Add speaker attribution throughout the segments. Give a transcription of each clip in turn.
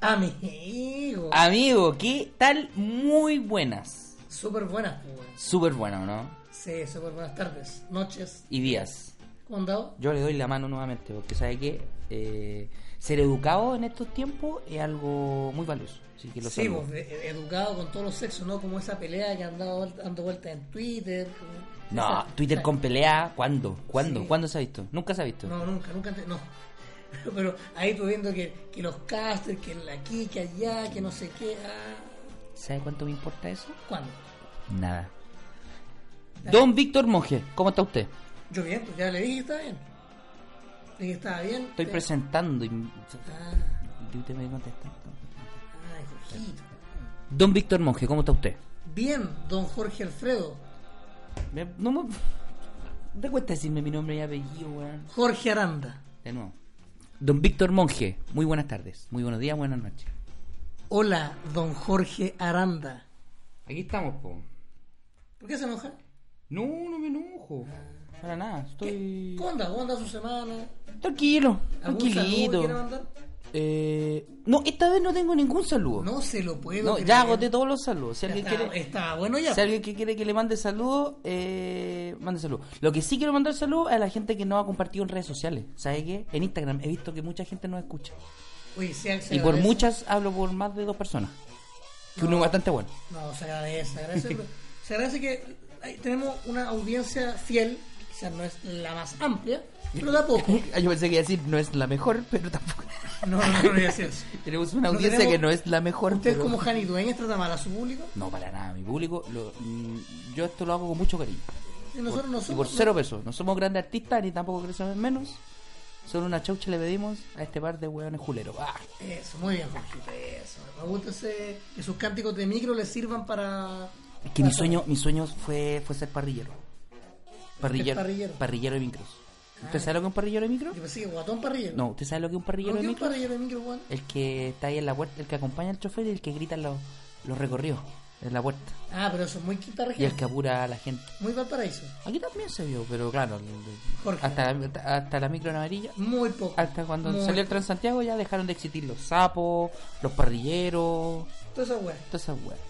Speaker 1: Ah.
Speaker 2: Amigo.
Speaker 1: Amigo, ¿qué tal? Muy buenas.
Speaker 2: Súper buenas, pues, weón.
Speaker 1: Súper bueno, ¿no?
Speaker 2: Sí, súper buenas tardes, noches.
Speaker 1: Y días.
Speaker 2: ¿Cómo andado?
Speaker 1: Yo le doy la mano nuevamente porque sabe que eh, ser educado en estos tiempos es algo muy valioso. Así que lo
Speaker 2: Sí,
Speaker 1: saludo.
Speaker 2: pues, de- educado con todos los sexos, ¿no? Como esa pelea que han dado dando vueltas en Twitter. como-
Speaker 1: No,
Speaker 2: esa-
Speaker 1: Twitter con pelea, ¿cuándo? ¿Cuándo?
Speaker 2: Sí.
Speaker 1: ¿Cuándo se ha visto? Nunca se ha visto.
Speaker 2: No, nunca, nunca antes, no. Pero ahí tú viendo que, que los casters, que el aquí, que allá, que no sé qué. ah,
Speaker 1: ¿Sabe cuánto me importa eso?
Speaker 2: ¿Cuándo?
Speaker 1: Nada. Don Víctor Monge, ¿cómo está usted?
Speaker 2: Yo bien, pues ya le dije que estaba bien. Le dije que estaba bien.
Speaker 1: Estoy
Speaker 2: Te-
Speaker 1: presentando y,
Speaker 2: Ah,
Speaker 1: y usted me contesta.
Speaker 2: ay, Jorgito.
Speaker 1: Don Víctor Monge, ¿cómo está usted?
Speaker 2: Bien, don Jorge Alfredo.
Speaker 1: Me- No me... ¿Te cuesta decirme mi nombre y apellido, weón?
Speaker 2: Jorge Aranda.
Speaker 1: De nuevo. Don Víctor Monge, muy buenas tardes, muy buenos días, buenas noches.
Speaker 2: Hola, don Jorge Aranda.
Speaker 1: Aquí estamos, po.
Speaker 2: ¿Por qué se enoja?
Speaker 1: No, no me enojo. Para nada, estoy...
Speaker 2: ¿Cómo anda? ¿Cómo anda su semana?
Speaker 1: Tranquilo,
Speaker 2: ¿Algún saludo que quiera
Speaker 1: tranquilito.
Speaker 2: mandar?
Speaker 1: Eh, no, esta vez no tengo ningún saludo. No,
Speaker 2: No se lo puedo
Speaker 1: ya
Speaker 2: creer.
Speaker 1: agoté todos los saludos. Si
Speaker 2: Ya
Speaker 1: alguien
Speaker 2: está,
Speaker 1: quiere...
Speaker 2: está bueno ya.
Speaker 1: Si alguien que quiere que le mande saludos, eh, mande saludos. Lo que sí quiero mandar saludos es a la gente que nos ha compartido en redes sociales. ¿Sabe qué? En Instagram he visto que mucha gente nos escucha.
Speaker 2: Oye, se- se
Speaker 1: y por
Speaker 2: agradece.
Speaker 1: muchas hablo por más de dos personas. Que uno es bastante bueno.
Speaker 2: No, se agradece, se agradece. pero- se agradece que ahí tenemos una audiencia fiel, quizás no es la más amplia, pero tampoco.
Speaker 1: Ah, Yo pensé que iba a decir no es la mejor, pero tampoco.
Speaker 2: No, no, no, no voy a decir eso.
Speaker 1: Tenemos una
Speaker 2: No
Speaker 1: audiencia
Speaker 2: tenemos-
Speaker 1: que no es la mejor.
Speaker 2: ¿Usted
Speaker 1: pero-
Speaker 2: como Jani Dueñas trata mal a su público?
Speaker 1: No, para nada, mi público. lo- mm, yo esto lo hago con mucho cariño.
Speaker 2: Y Nosotros no
Speaker 1: y por
Speaker 2: somos...
Speaker 1: cero pesos. No somos grandes artistas ni tampoco crecemos menos. Solo una chaucha le pedimos a este par de hueones juleros. ¡Ah!
Speaker 2: Eso, muy bien, Jorgito, eso. Me gusta ese, que sus cánticos de micro le sirvan para...
Speaker 1: Es que mi sueño, mi sueño fue, fue ser parrillero. Parrillero,
Speaker 2: parrillero? Ah.
Speaker 1: parrillero. de micros. ¿Usted sabe lo que es un parrillero de micro?
Speaker 2: Yo pensé que guatón parrillero.
Speaker 1: No, ¿usted sabe lo que es un
Speaker 2: ¿Por
Speaker 1: parrillero
Speaker 2: qué
Speaker 1: de
Speaker 2: un
Speaker 1: micros?
Speaker 2: parrillero de micro, Juan?
Speaker 1: El que está ahí en la puerta, el que acompaña al chofer y el que grita los, los recorridos en la puerta.
Speaker 2: Ah, pero eso es muy quinta
Speaker 1: Y el
Speaker 2: región.
Speaker 1: que apura a la gente.
Speaker 2: Muy Valparaíso.
Speaker 1: Aquí también se vio, pero claro,
Speaker 2: Jorge.
Speaker 1: hasta, hasta, hasta la micro en amarilla.
Speaker 2: Muy poco.
Speaker 1: Hasta cuando
Speaker 2: Muy-
Speaker 1: salió el Transantiago ya dejaron de existir los sapos, los parrilleros,
Speaker 2: Toda esa weá.
Speaker 1: todas esas weas.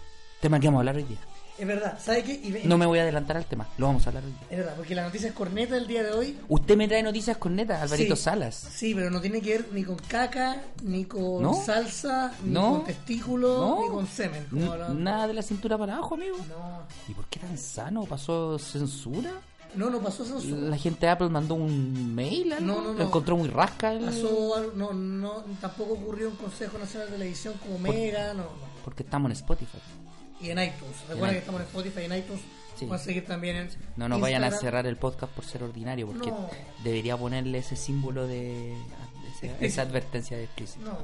Speaker 1: Tema que vamos a hablar hoy día.
Speaker 2: Es verdad, ¿sabe qué? Y ve-
Speaker 1: No me voy a adelantar al tema, lo vamos a hablar hoy día.
Speaker 2: Es verdad, porque la noticia es corneta del día de hoy.
Speaker 1: Usted me trae noticias con neta, Alvarito
Speaker 2: Sí.
Speaker 1: Salas.
Speaker 2: Sí, pero no tiene que ver ni con caca, ni con
Speaker 1: ¿No?
Speaker 2: salsa, ni
Speaker 1: ¿No?
Speaker 2: con testículo,
Speaker 1: No.
Speaker 2: ni con semen. como
Speaker 1: N-
Speaker 2: hablaba-
Speaker 1: Nada de la cintura para abajo, amigo.
Speaker 2: No.
Speaker 1: ¿Y por qué tan sano? ¿Pasó censura?
Speaker 2: no, no pasó censura.
Speaker 1: La gente de Apple mandó un mail, algo?
Speaker 2: No, no,
Speaker 1: lo
Speaker 2: no.
Speaker 1: encontró muy rasca. el-
Speaker 2: Pasó algo- no, no, tampoco ocurrió en Consejo Nacional de Televisión como Mega, no, no.
Speaker 1: Porque estamos en Spotify.
Speaker 2: Y en iTunes. Recuerda que
Speaker 1: iTunes.
Speaker 2: estamos en Spotify y en iTunes.
Speaker 1: Sí.
Speaker 2: Pueden seguir también en.
Speaker 1: No nos vayan a
Speaker 2: Instagram.
Speaker 1: cerrar el podcast por ser ordinario, porque
Speaker 2: No.
Speaker 1: debería ponerle ese símbolo de. ese- esa advertencia de explícito.
Speaker 2: No.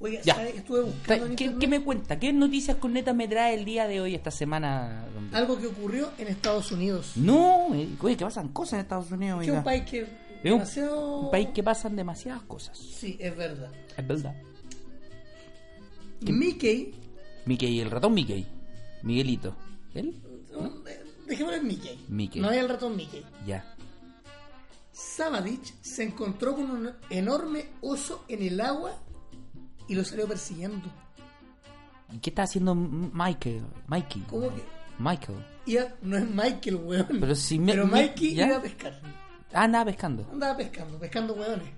Speaker 2: Oiga,
Speaker 1: Ya.
Speaker 2: ¿sabes? estuve
Speaker 1: Ta-
Speaker 2: buscando en
Speaker 1: ¿Qué,
Speaker 2: internet
Speaker 1: qué me cuenta? ¿Qué noticias con neta me trae el día de hoy, esta semana? don Víctor?
Speaker 2: algo que ocurrió en Estados Unidos.
Speaker 1: No, eh, oye, que pasan cosas en Estados Unidos.
Speaker 2: Que es
Speaker 1: oiga.
Speaker 2: un país que
Speaker 1: Es un-
Speaker 2: demasiado...
Speaker 1: un país que pasan demasiadas cosas.
Speaker 2: Sí, es verdad.
Speaker 1: Es verdad.
Speaker 2: Mickey...
Speaker 1: Mickey, el ratón Mickey. Miguelito. ¿Él?
Speaker 2: eh, Dejémoslo en Mickey.
Speaker 1: Mickey.
Speaker 2: No hay el ratón Mickey.
Speaker 1: Ya.
Speaker 2: Savadich se encontró con un enorme oso en el agua y lo salió persiguiendo.
Speaker 1: ¿Y qué está haciendo M- Mike? Mikey?
Speaker 2: Como que
Speaker 1: Michael.
Speaker 2: Iba- no es Michael, weón.
Speaker 1: Pero si me-
Speaker 2: Pero
Speaker 1: me-
Speaker 2: Mikey
Speaker 1: ¿ya?
Speaker 2: iba a pescar.
Speaker 1: Ah, andaba pescando.
Speaker 2: Andaba pescando, pescando weones.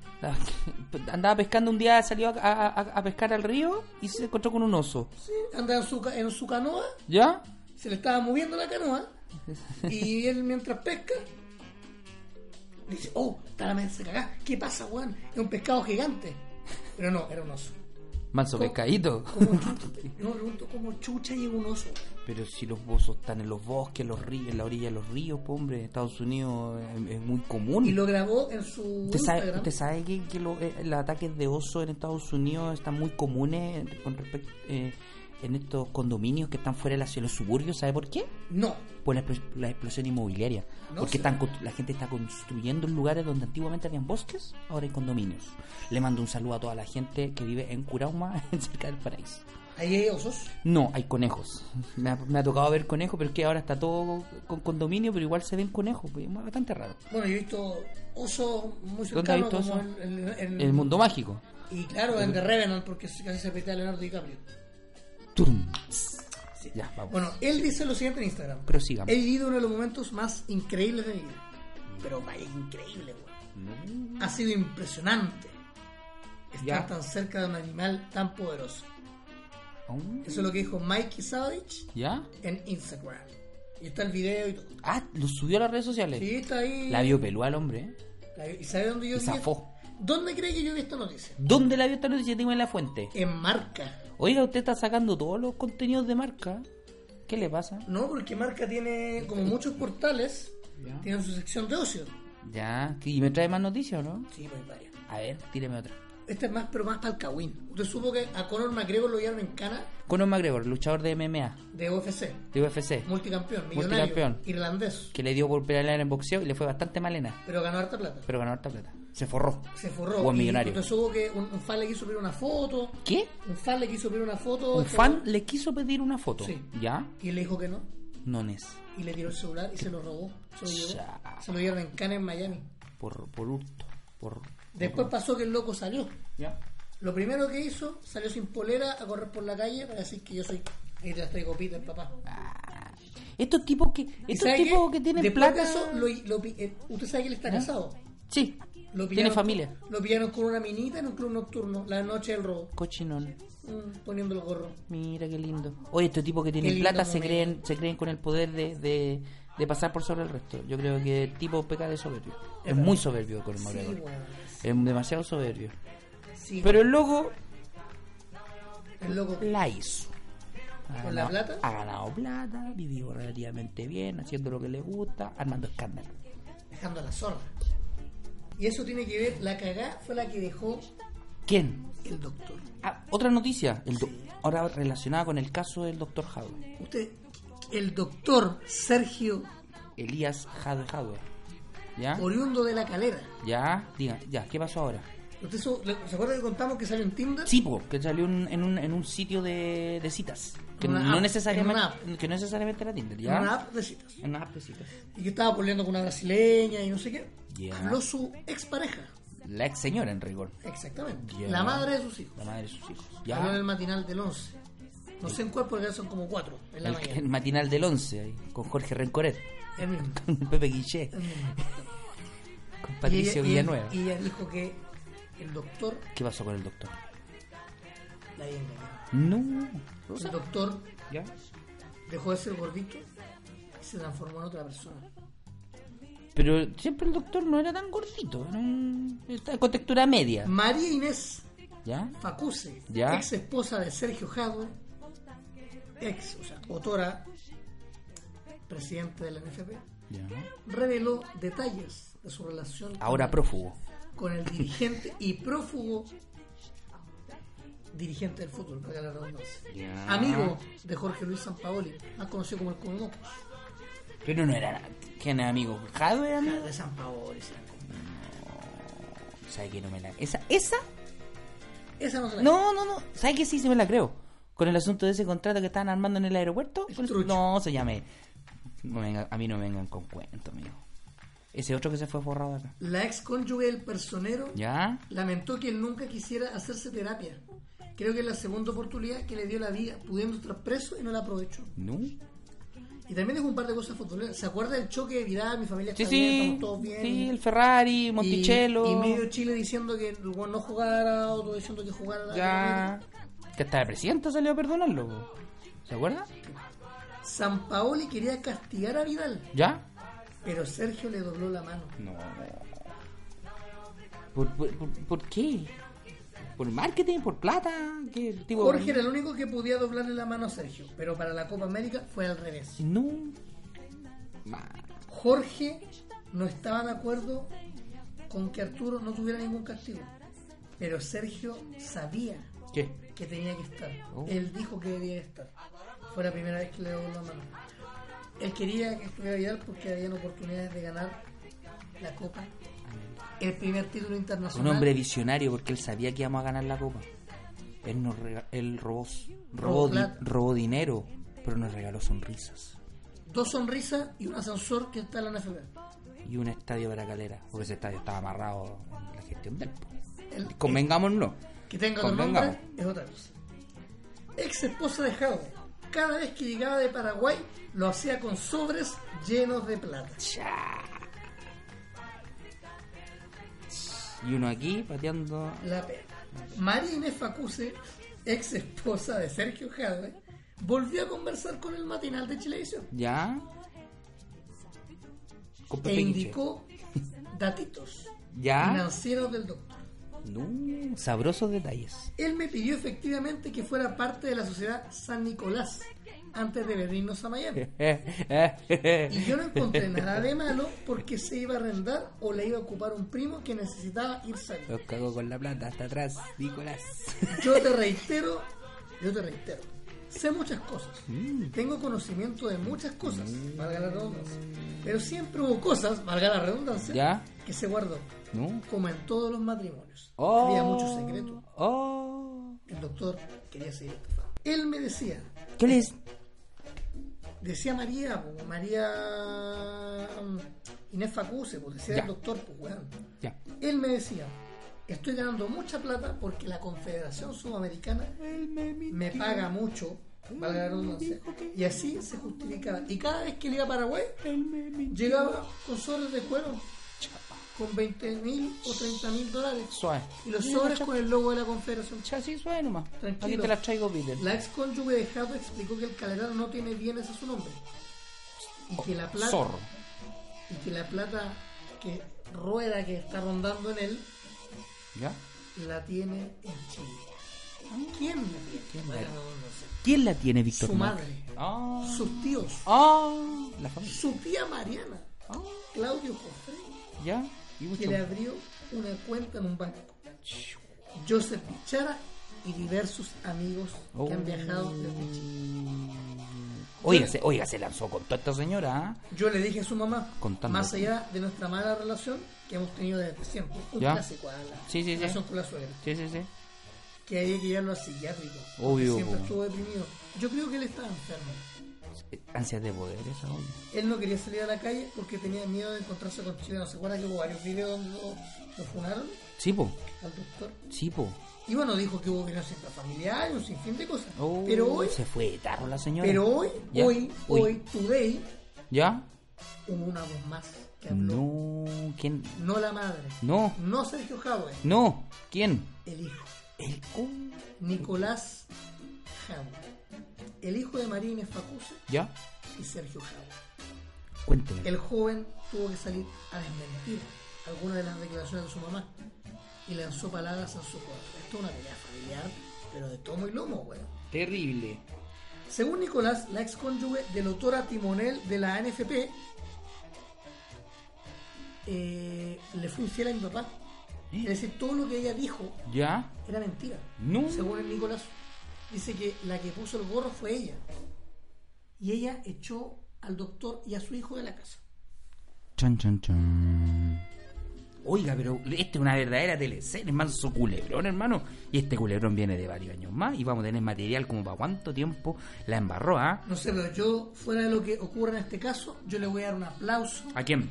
Speaker 1: Andaba pescando un día, salió a, a- a- a pescar al río y se encontró con un oso.
Speaker 2: Sí, andaba en su, ca- en su canoa,
Speaker 1: ¿Ya?
Speaker 2: se le estaba moviendo la canoa. Y él mientras pesca, dice, oh, está la mesa cagá. ¿Qué pasa, weón? Es un pescado gigante. Pero no, era un oso.
Speaker 1: Manso pescadito.
Speaker 2: Como chucha- no, pregunto, ¿cómo chucha llega un oso?
Speaker 1: Pero si los osos están en los bosques, los ríos, en la orilla de los ríos, po, hombre, en Estados Unidos eh, es, es muy común.
Speaker 2: Y lo grabó en su
Speaker 1: ¿Usted sabe,
Speaker 2: Instagram.
Speaker 1: usted sabe que, que lo- eh, los ataques de oso en Estados Unidos están muy comunes con respecto eh, en estos condominios que están fuera de, la, de los suburbios? ¿Sabe por qué?
Speaker 2: No,
Speaker 1: Por la, explos- la explosión inmobiliaria.
Speaker 2: No
Speaker 1: Porque
Speaker 2: sé.
Speaker 1: están constru- la gente está construyendo en lugares donde antiguamente habían bosques, ahora hay condominios. Le mando un saludo a toda la gente que vive en Curauma, cerca del paraíso.
Speaker 2: ahí hay osos.
Speaker 1: No, hay conejos. Me ha, me ha tocado ver conejos, pero es que ahora está todo con condominio, pero igual se ven conejos. pues, es bastante raro.
Speaker 2: Bueno, yo he visto osos muy
Speaker 1: ¿Dónde has
Speaker 2: cercanos
Speaker 1: visto
Speaker 2: como
Speaker 1: osos?
Speaker 2: en- en- en-
Speaker 1: El mundo mágico.
Speaker 2: Y claro, en The Revenant, porque casi se pete a Leonardo DiCaprio.
Speaker 1: Turum. Ya, vamos.
Speaker 2: Bueno, él dice lo siguiente en Instagram.
Speaker 1: Prosigamos.
Speaker 2: He vivido uno de los momentos más increíbles de mi vida. Pero vaya increíble, güey. Ha sido impresionante estar
Speaker 1: Ya.
Speaker 2: tan cerca de un animal tan poderoso.
Speaker 1: Oh,
Speaker 2: Eso es lo que dijo Mikey Savage
Speaker 1: ¿Ya?
Speaker 2: en Instagram. Y está el video y todo.
Speaker 1: Ah, lo subió a las redes sociales.
Speaker 2: Sí, está ahí.
Speaker 1: La vio pelúa al hombre. ¿eh?
Speaker 2: La vi- ¿Y sabe dónde yo
Speaker 1: Y
Speaker 2: vi
Speaker 1: zafó.
Speaker 2: esto? ¿Dónde cree que yo vi esta noticia?
Speaker 1: ¿Dónde la vio esta noticia? Dime en la fuente.
Speaker 2: En Marca.
Speaker 1: Oiga, usted está sacando todos los contenidos de marca. ¿Qué le pasa?
Speaker 2: No, porque Marca tiene, como muchos portales,
Speaker 1: Ya.
Speaker 2: tienen su sección de ocio.
Speaker 1: Ya, ¿y me trae más noticias o no?
Speaker 2: Sí, pues varias.
Speaker 1: A ver, tíreme otra.
Speaker 2: Este es más, pero más para el Cawin. Usted supo que a Conor McGregor lo llevaron en cana
Speaker 1: Conor McGregor, luchador de MMA,
Speaker 2: de UFC.
Speaker 1: de UFC,
Speaker 2: Multicampeón, millonario,
Speaker 1: Multicampeón.
Speaker 2: irlandés.
Speaker 1: que le dio por pelear en boxeo y le fue bastante mal en nada.
Speaker 2: Pero ganó harta plata.
Speaker 1: Pero ganó harta plata. Se forró.
Speaker 2: Se forró.
Speaker 1: Buen
Speaker 2: Y
Speaker 1: millonario.
Speaker 2: Usted supo que un, un fan le quiso pedir una foto.
Speaker 1: ¿Qué?
Speaker 2: Un fan le quiso pedir una foto.
Speaker 1: Un
Speaker 2: este
Speaker 1: fan
Speaker 2: weón,
Speaker 1: le quiso pedir una foto.
Speaker 2: Sí.
Speaker 1: ¿Ya?
Speaker 2: Y le dijo que no.
Speaker 1: No es.
Speaker 2: Y le tiró el celular y se lo robó. Se lo llevó.
Speaker 1: Ya.
Speaker 2: Se lo llevaron en cana en Miami.
Speaker 1: Por, por hurto. Por.
Speaker 2: Después pasó que el loco salió.
Speaker 1: ¿Ya?
Speaker 2: Lo primero que hizo, salió sin polera a correr por la calle para decir que yo soy... Y te las traigo pita, papá.
Speaker 1: Estos tipos que.
Speaker 2: ¿Y
Speaker 1: Estos
Speaker 2: sabe
Speaker 1: tipos
Speaker 2: qué?
Speaker 1: que tienen
Speaker 2: Después de
Speaker 1: plata.
Speaker 2: eso, lo- lo pi- eh, usted sabe que él está casado.
Speaker 1: Sí.
Speaker 2: Lo
Speaker 1: Tiene
Speaker 2: pillaron-
Speaker 1: familia.
Speaker 2: Lo pillaron con una minita en un club nocturno, la noche del robo,
Speaker 1: Cochinón.
Speaker 2: Mm, poniendo el gorro.
Speaker 1: Mira qué lindo. Oye, estos tipos que
Speaker 2: Qué
Speaker 1: tienen
Speaker 2: lindo
Speaker 1: plata se
Speaker 2: momento.
Speaker 1: creen, se creen con el poder de, de, de pasar por sobre el resto. Yo creo que el tipo peca de soberbio. Es muy soberbio con el
Speaker 2: Sí,
Speaker 1: McGregor.
Speaker 2: weón.
Speaker 1: Es demasiado soberbio.
Speaker 2: Sí,
Speaker 1: Pero el loco
Speaker 2: el loco.
Speaker 1: la hizo. Ha
Speaker 2: ¿Con la
Speaker 1: ganado-
Speaker 2: plata?
Speaker 1: Ha ganado plata, vivido relativamente bien, haciendo lo que le gusta, armando escándalo.
Speaker 2: Dejando a la zorra. Y eso tiene que ver, la cagá fue la que dejó
Speaker 1: ¿Quién?
Speaker 2: el doctor.
Speaker 1: Ah, otra noticia, el do- ahora relacionada con el caso del doctor Jadwe.
Speaker 2: Usted, el doctor Sergio,
Speaker 1: Elías Jadwe Jadwe. ¿Ya?
Speaker 2: oriundo de la calera.
Speaker 1: ¿Ya? Diga, ya, ¿qué pasó ahora?
Speaker 2: ¿Usted su- le- se acuerda que contamos que salió en Tinder?
Speaker 1: Sí, po, que salió un- en, un, en un sitio de, de citas. Que
Speaker 2: Una
Speaker 1: no,
Speaker 2: app,
Speaker 1: necesariamente,
Speaker 2: en una
Speaker 1: que no necesariamente era Tinder,
Speaker 2: En
Speaker 1: ¿ya?
Speaker 2: una app de citas.
Speaker 1: En una app de citas.
Speaker 2: Y que estaba poniendo con una brasileña y no sé qué.
Speaker 1: Ya.
Speaker 2: Habló su expareja.
Speaker 1: La ex señora, en rigor.
Speaker 2: Exactamente.
Speaker 1: Ya.
Speaker 2: La madre de sus hijos.
Speaker 1: La madre de sus hijos.
Speaker 2: Habló en el
Speaker 1: ¿Ya?
Speaker 2: matinal del 11. No sé en cuál porque son como cuatro en la
Speaker 1: El,
Speaker 2: mañana.
Speaker 1: el matinal del 11, ahí, con Jorge Rencoret,
Speaker 2: El mismo.
Speaker 1: con Pepe Guillé,
Speaker 2: el mismo. Y
Speaker 1: con
Speaker 2: ella-
Speaker 1: Patricio
Speaker 2: y ella-
Speaker 1: Villanueva.
Speaker 2: Y ella dijo que el doctor
Speaker 1: ¿Qué pasó con el doctor?
Speaker 2: la había engañado.
Speaker 1: No.
Speaker 2: El doctor
Speaker 1: ¿Ya?
Speaker 2: dejó de ser gordito y se transformó en otra persona.
Speaker 1: Pero siempre el doctor no era tan gordito, era un- esta contextura media.
Speaker 2: María Inés
Speaker 1: ¿Ya?
Speaker 2: Facuse,
Speaker 1: Ya.
Speaker 2: ex esposa de Sergio Jadwe, ex, o sea, autora, presidente del NFP,
Speaker 1: Ya.
Speaker 2: reveló detalles de su relación
Speaker 1: Ahora prófugo.
Speaker 2: con el dirigente y prófugo dirigente del fútbol, para la redundancia.
Speaker 1: Ya.
Speaker 2: Amigo de Jorge Luis Sampaoli, más conocido como el Comunó.
Speaker 1: Pero no era. ¿Quién era amigo? ¿Jadwe era amigo?
Speaker 2: De Sampaoli, se la come.
Speaker 1: ¿Sabe que no me la.? Esa, esa.
Speaker 2: Esa no se la
Speaker 1: No, no, no. ¿Sabe que sí se me la creo? Con el asunto de ese contrato que estaban armando en el aeropuerto.
Speaker 2: El
Speaker 1: Con eso-
Speaker 2: trucho.
Speaker 1: No, se llame. No venga- a mí no me vengan con cuento, amigo. Ese otro que se fue forrado de acá.
Speaker 2: La ex cónyuge del personero
Speaker 1: ¿Ya?
Speaker 2: lamentó que él nunca quisiera hacerse terapia. Creo que es la segunda oportunidad que le dio la vida pudiendo estar preso y no la aprovechó.
Speaker 1: No.
Speaker 2: Y también dijo un par de cosas futboleras. ¿Se acuerda del choque de Vidal? Mi familia
Speaker 1: Sí,
Speaker 2: está bien,
Speaker 1: sí,
Speaker 2: estamos todos bien.
Speaker 1: sí,
Speaker 2: Y-
Speaker 1: el Ferrari, Monticello.
Speaker 2: Y, medio Chile diciendo que el weón no jugara, otro diciendo que jugara.
Speaker 1: Ya. Que hasta el presidente salió a perdonarlo. po. ¿Se acuerda?
Speaker 2: San Paoli quería castigar a Vidal,
Speaker 1: ¿Ya?
Speaker 2: pero Sergio le dobló la mano.
Speaker 1: No. ¿Por, por, por- por qué? ¿Por marketing? ¿Por plata? ¿Qué tipo?
Speaker 2: Jorge era el único que podía doblarle la mano a Sergio, pero para la Copa América fue al revés.
Speaker 1: No. Ma-
Speaker 2: Jorge no estaba de acuerdo con que Arturo no tuviera ningún castigo, pero Sergio sabía
Speaker 1: ¿Qué?
Speaker 2: que tenía que estar.
Speaker 1: Oh.
Speaker 2: Él dijo que debía estar. Fue la primera vez que le dobló la mano. Él quería que estuviera Vidal porque habían oportunidades de ganar la Copa, el primer título
Speaker 1: Un
Speaker 2: internacional.
Speaker 1: hombre visionario porque él sabía que íbamos a ganar la copa. Él nos rega- él robó, robó,
Speaker 2: Robó
Speaker 1: di-
Speaker 2: plata.
Speaker 1: robó dinero, pero nos regaló sonrisas.
Speaker 2: Dos sonrisas y un ascensor que está en la NFB.
Speaker 1: Y un estadio para calera, porque ese estadio estaba amarrado en la gestión del po.
Speaker 2: El-
Speaker 1: Convengámonos.
Speaker 2: que tenga otro
Speaker 1: Convengamos.
Speaker 2: nombre es otra cosa. Ex esposa de Jao. Cada vez que llegaba de Paraguay lo hacía con sobres llenos de plata.
Speaker 1: Chá. Y uno aquí pateando.
Speaker 2: La pena. María Inés Facuse, ex esposa de Sergio Jadwe, volvió a conversar con el matinal de Chilevisión
Speaker 1: ¿Ya? Con
Speaker 2: e
Speaker 1: Pepe Guiche.
Speaker 2: indicó datitos
Speaker 1: ¿Ya?
Speaker 2: financieros del doctor.
Speaker 1: No, sabrosos detalles.
Speaker 2: Él me pidió efectivamente que fuera parte de la sociedad San Nicolás antes de venirnos a Miami. Y yo no encontré nada de malo porque se iba a arrendar o le iba a ocupar un primo que necesitaba ir saliendo.
Speaker 1: Los cagó con la plata hasta atrás, Nicolás.
Speaker 2: Yo te reitero, yo te reitero. Sé muchas cosas. Tengo conocimiento de muchas cosas, valga la redundancia. Pero siempre hubo cosas, valga la redundancia,
Speaker 1: ¿Ya?
Speaker 2: que se guardó.
Speaker 1: No.
Speaker 2: Como en todos los matrimonios.
Speaker 1: Oh.
Speaker 2: Había muchos secretos.
Speaker 1: Oh.
Speaker 2: El doctor quería seguir estafado. Él me decía,
Speaker 1: ¿Qué les?
Speaker 2: decía María, po, María mm, Inés Facuse, po, decía
Speaker 1: Ya.
Speaker 2: el doctor, pues weón.
Speaker 1: Ya.
Speaker 2: Él me decía, estoy ganando mucha plata porque la Confederación Sudamericana me paga mucho, valga la redundancia. Y así se justificaba. Y cada vez que él iba a Paraguay, llegaba con sobres de cuero, con 20 mil o 30 mil dólares.
Speaker 1: Suave.
Speaker 2: Y los sobres con el logo de la Confederación.
Speaker 1: Ya, sí, suave nomás. Aquí
Speaker 2: Tranquilo.
Speaker 1: te las traigo, Peter.
Speaker 2: La ex cónyuge de Jato explicó que el calderano no tiene bienes a su nombre. Y que la plata
Speaker 1: Zorro.
Speaker 2: y que la plata que rueda que está rondando en él
Speaker 1: ¿Ya?
Speaker 2: la tiene en Chile. ¿Quién la tiene? Bueno, no sé.
Speaker 1: ¿Quién la tiene, Víctor?
Speaker 2: Su madre,
Speaker 1: Oh.
Speaker 2: sus tíos,
Speaker 1: Oh. La familia.
Speaker 2: su tía Mariana,
Speaker 1: Oh.
Speaker 2: Claudio Cofre,
Speaker 1: ¿Ya? Y
Speaker 2: que
Speaker 1: mucho.
Speaker 2: le abrió una cuenta en un banco. Joseph Pichara y diversos amigos
Speaker 1: Oh.
Speaker 2: que han viajado desde Chile.
Speaker 1: Oiga, se, oiga, se lanzó con toda esta señora. ¿ah?
Speaker 2: Yo le dije a su mamá,
Speaker 1: Contando.
Speaker 2: más allá de nuestra mala relación que hemos tenido desde siempre, un
Speaker 1: ¿Ya?
Speaker 2: clásico a la
Speaker 1: Sí, sí, sí.
Speaker 2: relación con la suegra,
Speaker 1: Sí, sí, sí.
Speaker 2: que había que llevarlo a psiquiátrico. porque
Speaker 1: Obvio,
Speaker 2: Siempre
Speaker 1: po.
Speaker 2: estuvo deprimido. Yo creo que él estaba enfermo.
Speaker 1: Eh, Ansias de poder esa onda.
Speaker 2: Él no quería salir a la calle porque tenía miedo de encontrarse con chilenos. ¿Se acuerdan que hubo varios videos donde lo, lo funaron
Speaker 1: Sí, po.
Speaker 2: al doctor?
Speaker 1: Sí, po.
Speaker 2: Y bueno, dijo que hubo violencia intrafamiliar y un sinfín de cosas.
Speaker 1: Oh,
Speaker 2: pero hoy,
Speaker 1: Se fue de tarro la señora.
Speaker 2: pero hoy,
Speaker 1: Ya.
Speaker 2: hoy,
Speaker 1: Uy.
Speaker 2: hoy, today,
Speaker 1: ¿Ya?
Speaker 2: hubo una voz más que habló. No,
Speaker 1: No. ¿Quién?
Speaker 2: la madre.
Speaker 1: No.
Speaker 2: No Sergio Jadwe,
Speaker 1: No. ¿Quién?
Speaker 2: el hijo.
Speaker 1: El cu.
Speaker 2: Nicolás Jadwe. El hijo de María Inés Facuse
Speaker 1: ¿Ya?
Speaker 2: y Sergio Jadwe.
Speaker 1: Cuénteme.
Speaker 2: El joven tuvo que salir a desmentir algunas de las declaraciones de su mamá y lanzó palabras en su cuerpo. Esto es una pelea familiar, pero de tomo y lomo, güey.
Speaker 1: Terrible.
Speaker 2: Según Nicolás, la ex cónyuge del Otora Timonel de la ANFP eh, le fue infiel a mi papá. Es decir, todo lo que ella dijo
Speaker 1: ¿Ya?
Speaker 2: era mentira.
Speaker 1: No.
Speaker 2: Según el Nicolás, dice que la que puso el gorro fue ella. Y ella echó al doctor y a su hijo de la casa.
Speaker 1: Chan, chan, chan. Oiga, pero esta es una verdadera teleserie, manso culebrón, hermano. Y este culebrón viene de varios años más y vamos a tener material como para cuánto tiempo la embarró, ¿ah?
Speaker 2: No sé, pero yo, fuera de lo que ocurre en este caso, yo le voy a dar un aplauso
Speaker 1: ¿A quién?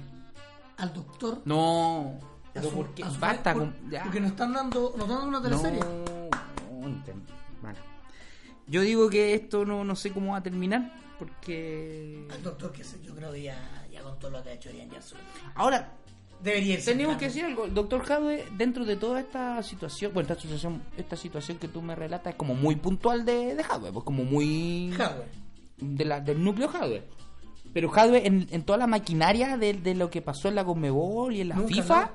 Speaker 2: al doctor.
Speaker 1: No.
Speaker 2: a
Speaker 1: Pero
Speaker 2: su-
Speaker 1: porque
Speaker 2: a su-
Speaker 1: basta
Speaker 2: por-
Speaker 1: con. ya.
Speaker 2: Porque nos están dando, nos están dando una
Speaker 1: No,
Speaker 2: teleserie.
Speaker 1: no, te- bueno. Yo digo que esto no, no sé cómo va a terminar, Porque.
Speaker 2: Al doctor que se- yo creo que ya, ya con todo lo que ha hecho Ian Jackson.
Speaker 1: Ahora,
Speaker 2: Debería ir
Speaker 1: tenemos
Speaker 2: sentado.
Speaker 1: que decir algo. El doctor Jadwe, dentro de toda esta situación, bueno, esta situación, esta situación que tú me relatas es como muy puntual de, de Jadwe, pues como muy.
Speaker 2: Hardware.
Speaker 1: de la- del núcleo Jadwe. Pero Jadwe, en, en toda la maquinaria de, de lo que pasó en la Conmebol y en la
Speaker 2: Nunca,
Speaker 1: FIFA.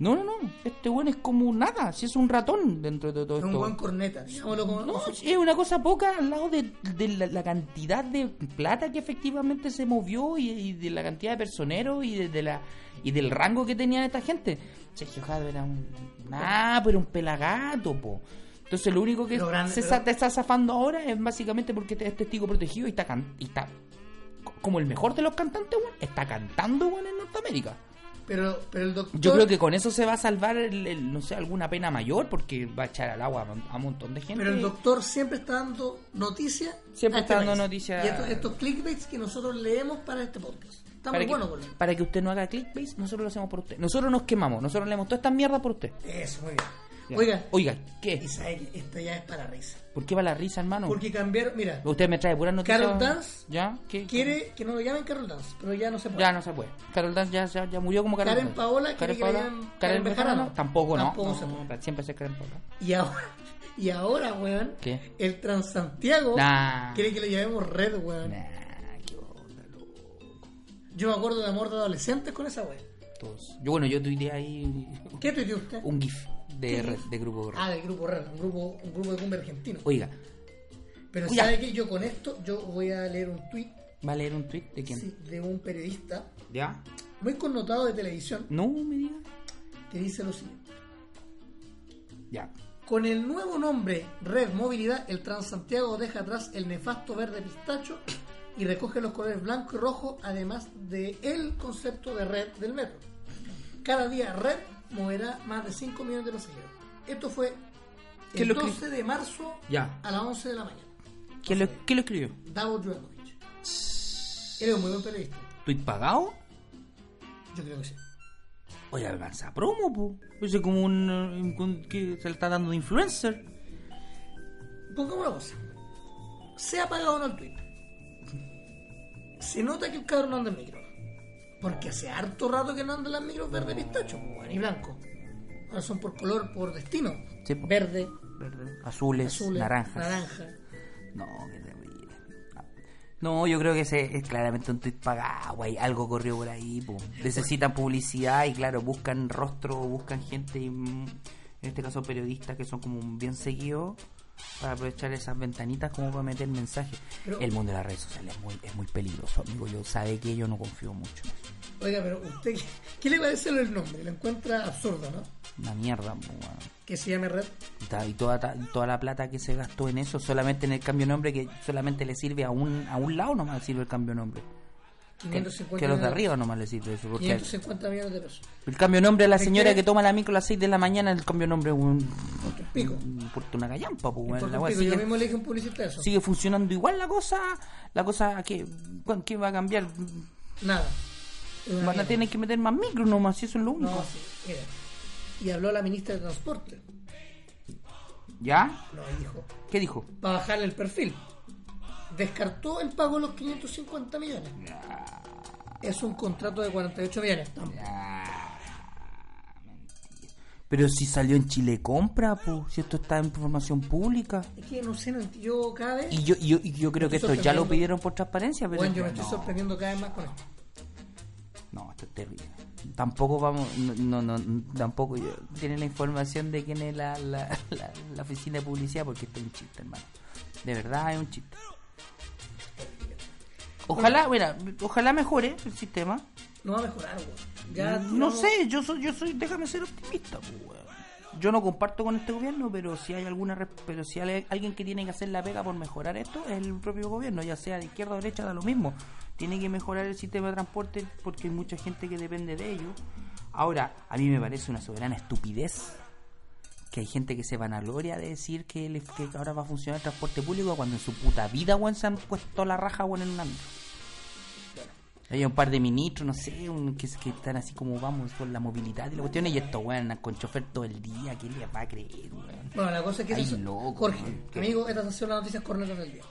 Speaker 1: No, no, no. Este weón es como nada. Si es un ratón dentro de todo
Speaker 2: Es
Speaker 1: esto.
Speaker 2: un buen corneta. Digámoslo como.
Speaker 1: No, es una cosa poca al lado de, de la, la cantidad de plata que efectivamente se movió y, y de la cantidad de personeros y, de, de la, y del rango que tenía esta gente. Sergio Jado era un. Ah, pero un pelagato, po. Entonces lo único que
Speaker 2: Lo grande,
Speaker 1: se
Speaker 2: pero-
Speaker 1: sa- te está zafando ahora es básicamente porque te- es testigo protegido y está, can- y está co- como el mejor de los cantantes, weón. Está cantando, weón, en Norteamérica.
Speaker 2: Pero, pero el doctor.
Speaker 1: Yo creo que con eso se va a salvar, el- el, no sé, alguna pena mayor porque va a echar al agua a mon- a un montón de gente.
Speaker 2: Pero el doctor siempre está dando noticias.
Speaker 1: Siempre
Speaker 2: a este
Speaker 1: está dando
Speaker 2: país.
Speaker 1: noticias.
Speaker 2: Y estos, estos clickbaits que nosotros leemos para este podcast. Está muy
Speaker 1: para,
Speaker 2: bueno
Speaker 1: que,
Speaker 2: con
Speaker 1: para que usted no haga clickbait, nosotros lo hacemos por usted. Nosotros nos quemamos, nosotros leemos toda esta mierda por usted.
Speaker 2: Eso, muy
Speaker 1: Ya.
Speaker 2: bien. Oiga,
Speaker 1: Oiga, ¿qué?
Speaker 2: Isael, esto ya es para risa.
Speaker 1: ¿Por qué va la risa, hermano?
Speaker 2: Porque cambiaron. Mira,
Speaker 1: Usted me trae puras noticias.
Speaker 2: Carol Dance
Speaker 1: ¿Ya? ¿Qué?
Speaker 2: quiere que no lo llamen Carol Dance, pero ya no se puede.
Speaker 1: Ya no se puede. Carol Dance ya, ya, ya murió como Carol
Speaker 2: Karen
Speaker 1: Dance.
Speaker 2: Paola, ¿quiere
Speaker 1: Karen
Speaker 2: que
Speaker 1: Paola.
Speaker 2: le llamen
Speaker 1: Karen,
Speaker 2: Karen
Speaker 1: Bejarano.
Speaker 2: Bejarano?
Speaker 1: Tampoco, no.
Speaker 2: Tampoco se
Speaker 1: no,
Speaker 2: puede.
Speaker 1: Siempre se Karen Paola.
Speaker 2: Y ahora, y ahora weón,
Speaker 1: ¿Qué?
Speaker 2: el Transantiago
Speaker 1: Nah.
Speaker 2: quiere que le llamemos Red, weón.
Speaker 1: Nah, qué onda, loco.
Speaker 2: Yo me acuerdo de amor de adolescentes con esa weón.
Speaker 1: Todos. Yo, bueno, yo tuiteé ahí
Speaker 2: ¿Qué tuiteó usted?
Speaker 1: un GIF de,
Speaker 2: ¿Qué
Speaker 1: red,
Speaker 2: GIF?
Speaker 1: de grupo red.
Speaker 2: Ah, del grupo Red, un grupo, un grupo de cumbre argentino.
Speaker 1: Oiga,
Speaker 2: Pero
Speaker 1: Cuidado.
Speaker 2: ¿sabe que Yo con esto, yo voy a leer un tweet
Speaker 1: ¿va a leer un tweet de quién?
Speaker 2: de un periodista
Speaker 1: ¿Ya?
Speaker 2: muy connotado de televisión
Speaker 1: No, me diga.
Speaker 2: que dice lo siguiente.
Speaker 1: Ya.
Speaker 2: Con el nuevo nombre Red Movilidad, el Transantiago deja atrás el nefasto verde pistacho y recoge los colores blanco y rojo, además de el concepto de red del metro. Cada día Red moverá más de 5 millones de pasajeros. Esto fue
Speaker 1: ¿Qué
Speaker 2: el
Speaker 1: lo que-
Speaker 2: 12 de marzo
Speaker 1: Ya.
Speaker 2: a las 11 de la mañana.
Speaker 1: ¿Quién lo, quién lo escribió?
Speaker 2: Davo Juranovic. Eres un muy buen periodista.
Speaker 1: ¿Tweet pagado?
Speaker 2: Yo creo que sí.
Speaker 1: Oye, lanza promo, po. Eso es como un, eh, un- que se le está dando de influencer.
Speaker 2: Pongamos una cosa. Se ha apagado o no el tweet. Se nota que el cabrón no anda en micro. Porque hace harto rato que no anda en las micros verde pistacho, pues, bueno, y blanco. Ahora son por color, por destino.
Speaker 1: Sí, po.
Speaker 2: Verde,
Speaker 1: Azules,
Speaker 2: azul,
Speaker 1: naranjas.
Speaker 2: naranja.
Speaker 1: No, qué terrible. No, yo creo que ese es claramente un tweet pagado, güey. Algo corrió por ahí, po. Necesitan publicidad y, claro, buscan rostro, buscan gente, mm, en este caso periodistas que son como bien seguidos, para aprovechar esas ventanitas como para meter mensajes.
Speaker 2: Pero-
Speaker 1: El mundo de las redes sociales es muy, es muy peligroso, amigo. Yo sabe que yo no confío mucho.
Speaker 2: Oiga, pero usted, ¿qué le parece el nombre? Lo encuentra absurdo, ¿no?
Speaker 1: Una mierda, po, weón.
Speaker 2: Que se llame Red.
Speaker 1: Y ta- Y toda, ta- toda la plata que se gastó en eso, solamente en el cambio de nombre, que solamente le sirve a un, a un lado nomás le sirve el cambio de nombre. Que,
Speaker 2: 550
Speaker 1: que a los de
Speaker 2: millones-
Speaker 1: arriba nomás le sirve eso. Porque
Speaker 2: 550 millones de pesos.
Speaker 1: el cambio de nombre a la
Speaker 2: ¿De
Speaker 1: señora
Speaker 2: qué?
Speaker 1: que toma la micro a las 6 de la mañana, el cambio de nombre es un.
Speaker 2: Otro pico.
Speaker 1: un- puerto una gallampa, pues, bueno,
Speaker 2: Otro
Speaker 1: la wea.
Speaker 2: pico. Yo
Speaker 1: Sigue,
Speaker 2: mismo le dije a un publicista eso.
Speaker 1: sigue funcionando igual la cosa. La cosa que. bueno, ¿Qué va a cambiar?
Speaker 2: Nada. Es una
Speaker 1: Van a
Speaker 2: mierda.
Speaker 1: tener que meter más micro nomás, si eso es lo único.
Speaker 2: No, sí, mira. Y habló la ministra de Transporte.
Speaker 1: ¿Ya?
Speaker 2: No, dijo.
Speaker 1: ¿Qué dijo?
Speaker 2: Para bajarle el perfil. Descartó el pago de los 550 millones. Es un contrato de 48 millones. Tampoco.
Speaker 1: Pero si salió en Chile Compra, pues, si esto está en información pública.
Speaker 2: Es que no sé, no enti- yo cada vez.
Speaker 1: Y yo, y yo, y yo creo que
Speaker 2: estoy
Speaker 1: esto ya lo
Speaker 2: sorprendiendo.
Speaker 1: pidieron por transparencia, pero
Speaker 2: Bueno, yo me estoy
Speaker 1: no,
Speaker 2: sorprendiendo cada vez más con esto.
Speaker 1: no, esto es terrible. Tampoco vamos, no, no, no, tampoco yo- tiene la información de quién es la, la, la- la oficina de publicidad, porque esto es un chiste, hermano. De verdad es un chiste. Ojalá, mira, ojalá mejore el sistema.
Speaker 2: No va a mejorar, weón. Ya
Speaker 1: No
Speaker 2: tiramos-
Speaker 1: sé, yo soy, yo soy, déjame ser optimista, pues, weón. Yo no comparto con este gobierno, pero si hay alguna, res- pero si hay alguien que tiene que hacer la pega por mejorar esto es el propio gobierno, ya sea de izquierda o derecha da lo mismo. Tiene que mejorar el sistema de transporte porque hay mucha gente que depende de ello. Ahora, a mí me parece una soberana estupidez que hay gente que se vanagloria de decir que, le- que ahora va a funcionar el transporte público cuando en su puta vida, weón, se han puesto la raja, weón, en un ámbito. Hay un par de ministros, no sé, un- que, que están así como vamos con la movilidad y la cuestión. Y estos weón andan con chofer todo el día, ¿quién les va a creer, weón?
Speaker 2: Bueno, la cosa es que.
Speaker 1: Ay,
Speaker 2: esas-
Speaker 1: loco,
Speaker 2: Jorge,
Speaker 1: weón.
Speaker 2: amigo, estas han sido las noticias cornetas del día.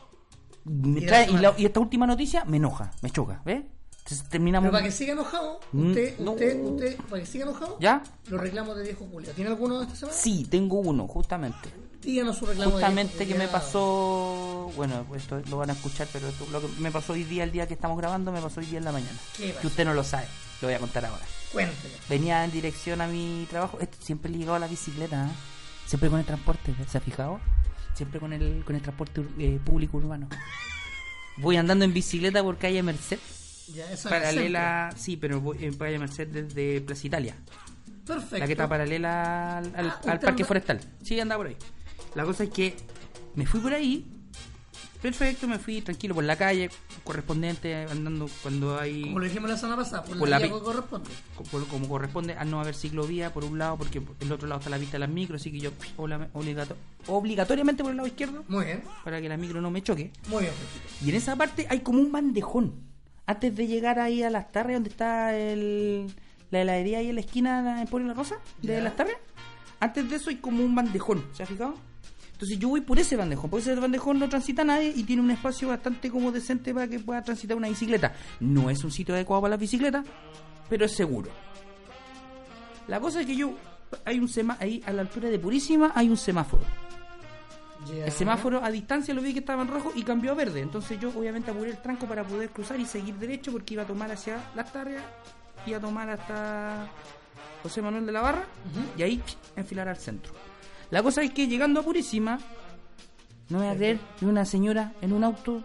Speaker 1: me
Speaker 2: Y la
Speaker 1: trae- y,
Speaker 2: semana.
Speaker 1: la- y esta última noticia me enoja, me choca, ¿ves? Entonces terminamos.
Speaker 2: Pero para que siga enojado,
Speaker 1: Mm,
Speaker 2: usted,
Speaker 1: no.
Speaker 2: usted, usted, para que siga enojado,
Speaker 1: ¿Ya?
Speaker 2: los reclamos de viejo Julio. ¿Tiene alguno de esta semana?
Speaker 1: Sí, tengo uno, justamente.
Speaker 2: Díganos su reclamo de
Speaker 1: Justamente
Speaker 2: viejo
Speaker 1: que me
Speaker 2: culiao.
Speaker 1: pasó. Bueno, esto lo van a escuchar, pero esto- lo que me pasó hoy día, el día que estamos grabando, me pasó hoy día en la mañana.
Speaker 2: ¿Qué pasó?
Speaker 1: Que usted no lo sabe, lo voy a contar ahora.
Speaker 2: Cuéntelo.
Speaker 1: Venía en dirección a mi trabajo. Esto, siempre ligado a la bicicleta, ¿eh? siempre con el transporte, ¿eh? ¿se ha fijado? Siempre con el, con el transporte ur- eh, público urbano. Voy andando en bicicleta por calle Merced,
Speaker 2: Ya, eso es
Speaker 1: paralela, sí, pero voy en calle Merced desde Plaza Italia,
Speaker 2: siempre. Perfecto.
Speaker 1: la que está paralela al, al-
Speaker 2: Ah,
Speaker 1: al
Speaker 2: usted
Speaker 1: parque
Speaker 2: anda-
Speaker 1: forestal. Sí, anda por ahí. La cosa es que me fui por ahí, perfecto, me fui tranquilo por la calle correspondiente, andando cuando hay
Speaker 2: Como lo dijimos la semana pasada, por,
Speaker 1: Por
Speaker 2: la
Speaker 1: la
Speaker 2: vía
Speaker 1: pi-
Speaker 2: que corresponde.
Speaker 1: co- por- como corresponde al no haber ciclovía por un lado porque el otro lado está la vista de las micros así que yo obla- obligato- obligatoriamente por el lado izquierdo
Speaker 2: Muy bien,
Speaker 1: para que la micro no me choque
Speaker 2: muy bien. Jorgito.
Speaker 1: y en esa parte hay como un bandejón antes de llegar ahí a las tardes donde está el, la heladería ahí en la esquina la- por la rosa de
Speaker 2: Ya.
Speaker 1: las tardes antes de eso hay como un bandejón ¿se ha fijado? entonces yo voy por ese bandejón porque ese bandejón no transita nadie y tiene un espacio bastante como decente para que pueda transitar una bicicleta no es un sitio adecuado para las bicicletas pero es seguro la cosa es que yo hay un sema ahí a la altura de Purísima hay un semáforo
Speaker 2: Ya.
Speaker 1: el semáforo a distancia lo vi que estaba en rojo y cambió a verde. Entonces yo obviamente apuré el tranco para poder cruzar y seguir derecho porque iba a tomar hacia las tardes, iba a tomar hasta José Manuel de la Barra y ahí enfilar al centro. La cosa es que llegando a Purísima, no me voy a creer, vi una señora en un auto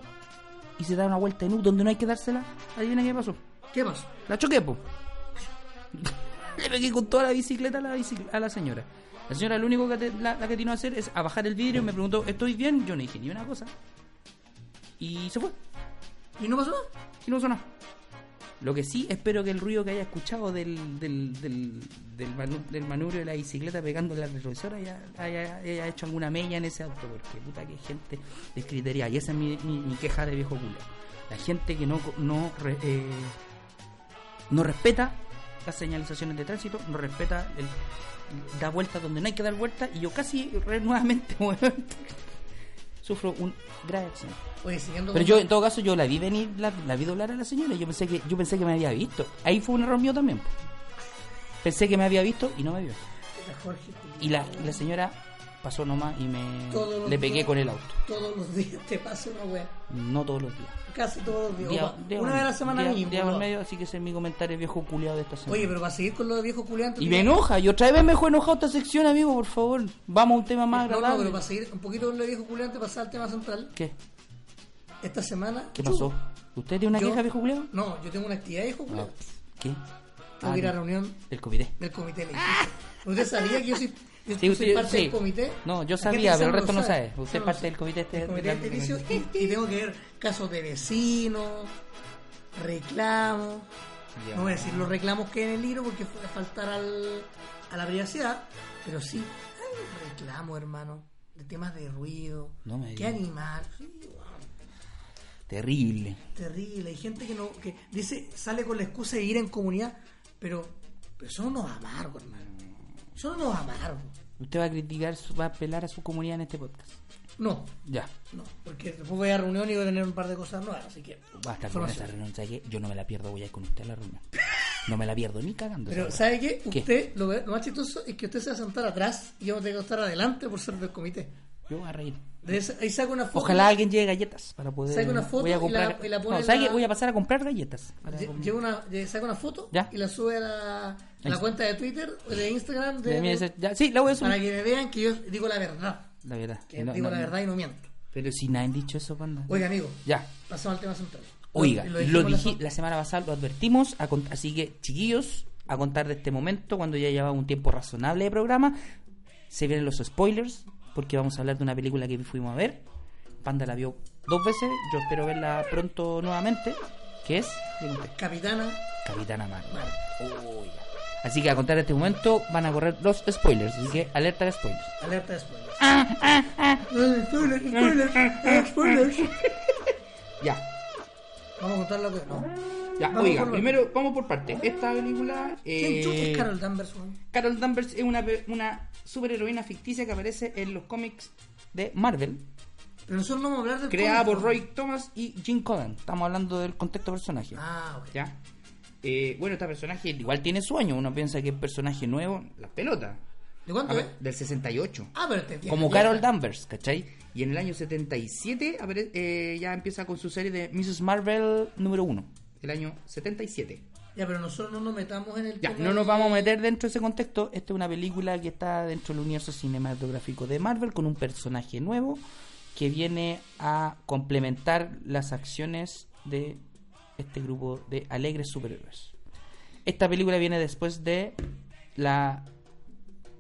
Speaker 1: y se da una vuelta en U donde no hay que dársela. Adivina qué pasó.
Speaker 2: ¿Qué pasó?
Speaker 1: La choqué, po. Le pegué con toda la bicicleta a la, bici- a la señora. La señora lo único que te- la, la que tiene que hacer es a bajar el vidrio y me preguntó, ¿estoy bien? Yo no dije ni una cosa. Y se fue.
Speaker 2: ¿Y no pasó nada?
Speaker 1: Y no sonó. Lo que sí, espero que el ruido que haya escuchado del, del, del, del, manu- del manubrio de la bicicleta pegando en la retrovisora haya, haya- haya hecho alguna mella en ese auto, porque puta que gente descriteria. Y esa es mi, mi- mi queja de viejo culo. La gente que no, co- no, re- eh, no respeta las señalizaciones de tránsito, no respeta el da vuelta donde no hay que dar vuelta y yo casi re- nuevamente weón, sufro un grave accidente.
Speaker 2: Oye, siguiendo
Speaker 1: Pero
Speaker 2: con-
Speaker 1: yo, en todo caso, yo la vi venir, la, la vi doblar a la señora. y Yo pensé que yo pensé que me había visto. Ahí fue un error mío también. po. Pensé que me había visto y no me vio.
Speaker 2: Puta, Jorge,
Speaker 1: Y la, y la señora pasó nomás y me
Speaker 2: Todos los
Speaker 1: le pegué
Speaker 2: días.
Speaker 1: con el auto.
Speaker 2: todos los días te pasa una wea.
Speaker 1: No todos los días.
Speaker 2: Casi todos los días.
Speaker 1: Día-
Speaker 2: Opa,
Speaker 1: día
Speaker 2: una
Speaker 1: por-
Speaker 2: vez a la semana
Speaker 1: día-
Speaker 2: mínimo.
Speaker 1: día por
Speaker 2: ¿no?
Speaker 1: medio, así que ese es mi comentario viejo culiado de esta semana.
Speaker 2: Oye, pero para seguir con lo de viejo culiante.
Speaker 1: y me enoja, yo otra vez me dejó enojado esta sección, amigo, por favor. Vamos a un tema más
Speaker 2: No, no,
Speaker 1: agradable.
Speaker 2: pero para seguir un poquito con lo de viejo culiante, pasar al tema central.
Speaker 1: ¿Qué?
Speaker 2: Esta semana.
Speaker 1: ¿Qué
Speaker 2: Yo-
Speaker 1: pasó? ¿Usted tiene una
Speaker 2: yo-
Speaker 1: queja, viejo culiado?
Speaker 2: No, yo tengo una actividad de viejo
Speaker 1: No.
Speaker 2: culiante.
Speaker 1: ¿Qué?
Speaker 2: Tengo
Speaker 1: Ah,
Speaker 2: que ir a
Speaker 1: no. eh.
Speaker 2: reunión
Speaker 1: Del comité.
Speaker 2: del comité de ¿Usted sabía que yo soy, yo
Speaker 1: Sí,
Speaker 2: soy
Speaker 1: usted-
Speaker 2: parte
Speaker 1: sí.
Speaker 2: del comité?
Speaker 1: No, yo
Speaker 2: La gente
Speaker 1: sabía,
Speaker 2: quizá
Speaker 1: pero el resto
Speaker 2: lo
Speaker 1: no sabe. Usted
Speaker 2: Yo
Speaker 1: es
Speaker 2: no
Speaker 1: parte
Speaker 2: sé.
Speaker 1: del comité este-
Speaker 2: Del Ah, comité
Speaker 1: de la-
Speaker 2: edilicio y, y tengo que ver casos de vecinos, reclamos.
Speaker 1: Ya.
Speaker 2: No voy a decir los reclamos que hay en el libro porque fue a faltar al, a la privacidad, pero sí, hay reclamos, hermano, de temas de ruido.
Speaker 1: No me
Speaker 2: qué
Speaker 1: diga.
Speaker 2: animal. sí, weón.
Speaker 1: Terrible.
Speaker 2: Terrible, hay gente que no que dice, sale con la excusa de ir en comunidad, pero, pero son unos amargos, hermano. Son unos amargos.
Speaker 1: Usted va a criticar, su- va a apelar a su comunidad en este podcast.
Speaker 2: No,
Speaker 1: Ya.
Speaker 2: no, porque después voy a reunión y voy a tener un par de cosas nuevas, así que.
Speaker 1: Basta con esa
Speaker 2: información.
Speaker 1: reunión. ¿sabe qué? Yo no me la pierdo, voy a ir con usted a la reunión. No me la pierdo ni cagando.
Speaker 2: Pero,
Speaker 1: esa
Speaker 2: ¿sabe qué?
Speaker 1: ¿Qué?
Speaker 2: Usted, Lo, ve- lo más chistoso es que usted se va a sentar atrás y yo tengo que estar adelante por ser del comité.
Speaker 1: weá. Yo voy a reír.
Speaker 2: De esa- ahí saco una foto.
Speaker 1: Ojalá alguien lleve galletas para poder.
Speaker 2: Saca una foto
Speaker 1: voy
Speaker 2: y
Speaker 1: a
Speaker 2: la-
Speaker 1: comprar.
Speaker 2: y la pone
Speaker 1: no, ¿sabe
Speaker 2: en la-
Speaker 1: qué? Voy a pasar a comprar galletas. para
Speaker 2: lle-
Speaker 1: comer.
Speaker 2: lleva una, lle- saca una foto
Speaker 1: Ya.
Speaker 2: y la sube a la, a la
Speaker 1: Ahí.
Speaker 2: cuenta de Twitter, o de Instagram, de-
Speaker 1: Ya, mira, esa- ya, sí, la voy a subir.
Speaker 2: para que me vean que yo digo la verdad.
Speaker 1: La verdad.
Speaker 2: Que
Speaker 1: No,
Speaker 2: digo
Speaker 1: no,
Speaker 2: la
Speaker 1: no.
Speaker 2: verdad y no miento.
Speaker 1: Pero si nadie han dicho eso, panda.
Speaker 2: Oiga, amigo,
Speaker 1: Ya.
Speaker 2: pasamos al tema central.
Speaker 1: Oiga,
Speaker 2: Lo-
Speaker 1: lo,
Speaker 2: dijimos la
Speaker 1: dije
Speaker 2: sem-
Speaker 1: la semana pasada, lo advertimos, a cont- así que chiquillos, a contar de este momento, cuando ya lleva un tiempo razonable de programa, se vienen los spoilers, porque vamos a hablar de una película que fuimos a ver. Panda la vio dos veces, yo espero verla pronto nuevamente, que es Dime usted,
Speaker 2: Capitana
Speaker 1: Capitana Marvel.
Speaker 2: Marvel.
Speaker 1: Oiga. Así que a contar de este momento van a correr los spoilers, así que alerta de spoilers.
Speaker 2: Alerta de spoilers.
Speaker 1: Ah,
Speaker 2: Ay, spoilers, spoilers, ay, spoilers.
Speaker 1: Ya,
Speaker 2: Vamos a contar lo que no.
Speaker 1: ya,
Speaker 2: Vamos
Speaker 1: oiga,
Speaker 2: por-
Speaker 1: primero vamos por parte. Esta película...
Speaker 2: ¿Quién
Speaker 1: eh,
Speaker 2: chucha es Carol Danvers? weón?
Speaker 1: Carol Danvers es una, pe- una superheroína ficticia que aparece en los cómics de Marvel.
Speaker 2: Pero nosotros no vamos a hablar del
Speaker 1: creada
Speaker 2: cómic,
Speaker 1: por
Speaker 2: ¿no?
Speaker 1: Roy Thomas y Jim Codan. Estamos hablando del contexto de personaje.
Speaker 2: Ah, ok.
Speaker 1: ¿Ya? Eh, bueno, este personaje igual tiene su año. Uno piensa que es personaje nuevo. Las pelotas.
Speaker 2: ¿De cuánto
Speaker 1: A-
Speaker 2: es?
Speaker 1: Del 68.
Speaker 2: Ah, pero te
Speaker 1: como Carol Danvers, ¿cachai? Y en el año 77 apare- eh, ya empieza con su serie de Mrs. Marvel número 1. El año 77.
Speaker 2: Ya, pero nosotros no nos metamos en el
Speaker 1: Ya,
Speaker 2: tema
Speaker 1: no nos
Speaker 2: de-
Speaker 1: vamos a meter dentro de ese contexto. Esta es una película que está dentro del universo cinematográfico de Marvel con un personaje nuevo que viene a complementar las acciones de este grupo de alegres superhéroes. Esta película viene después de la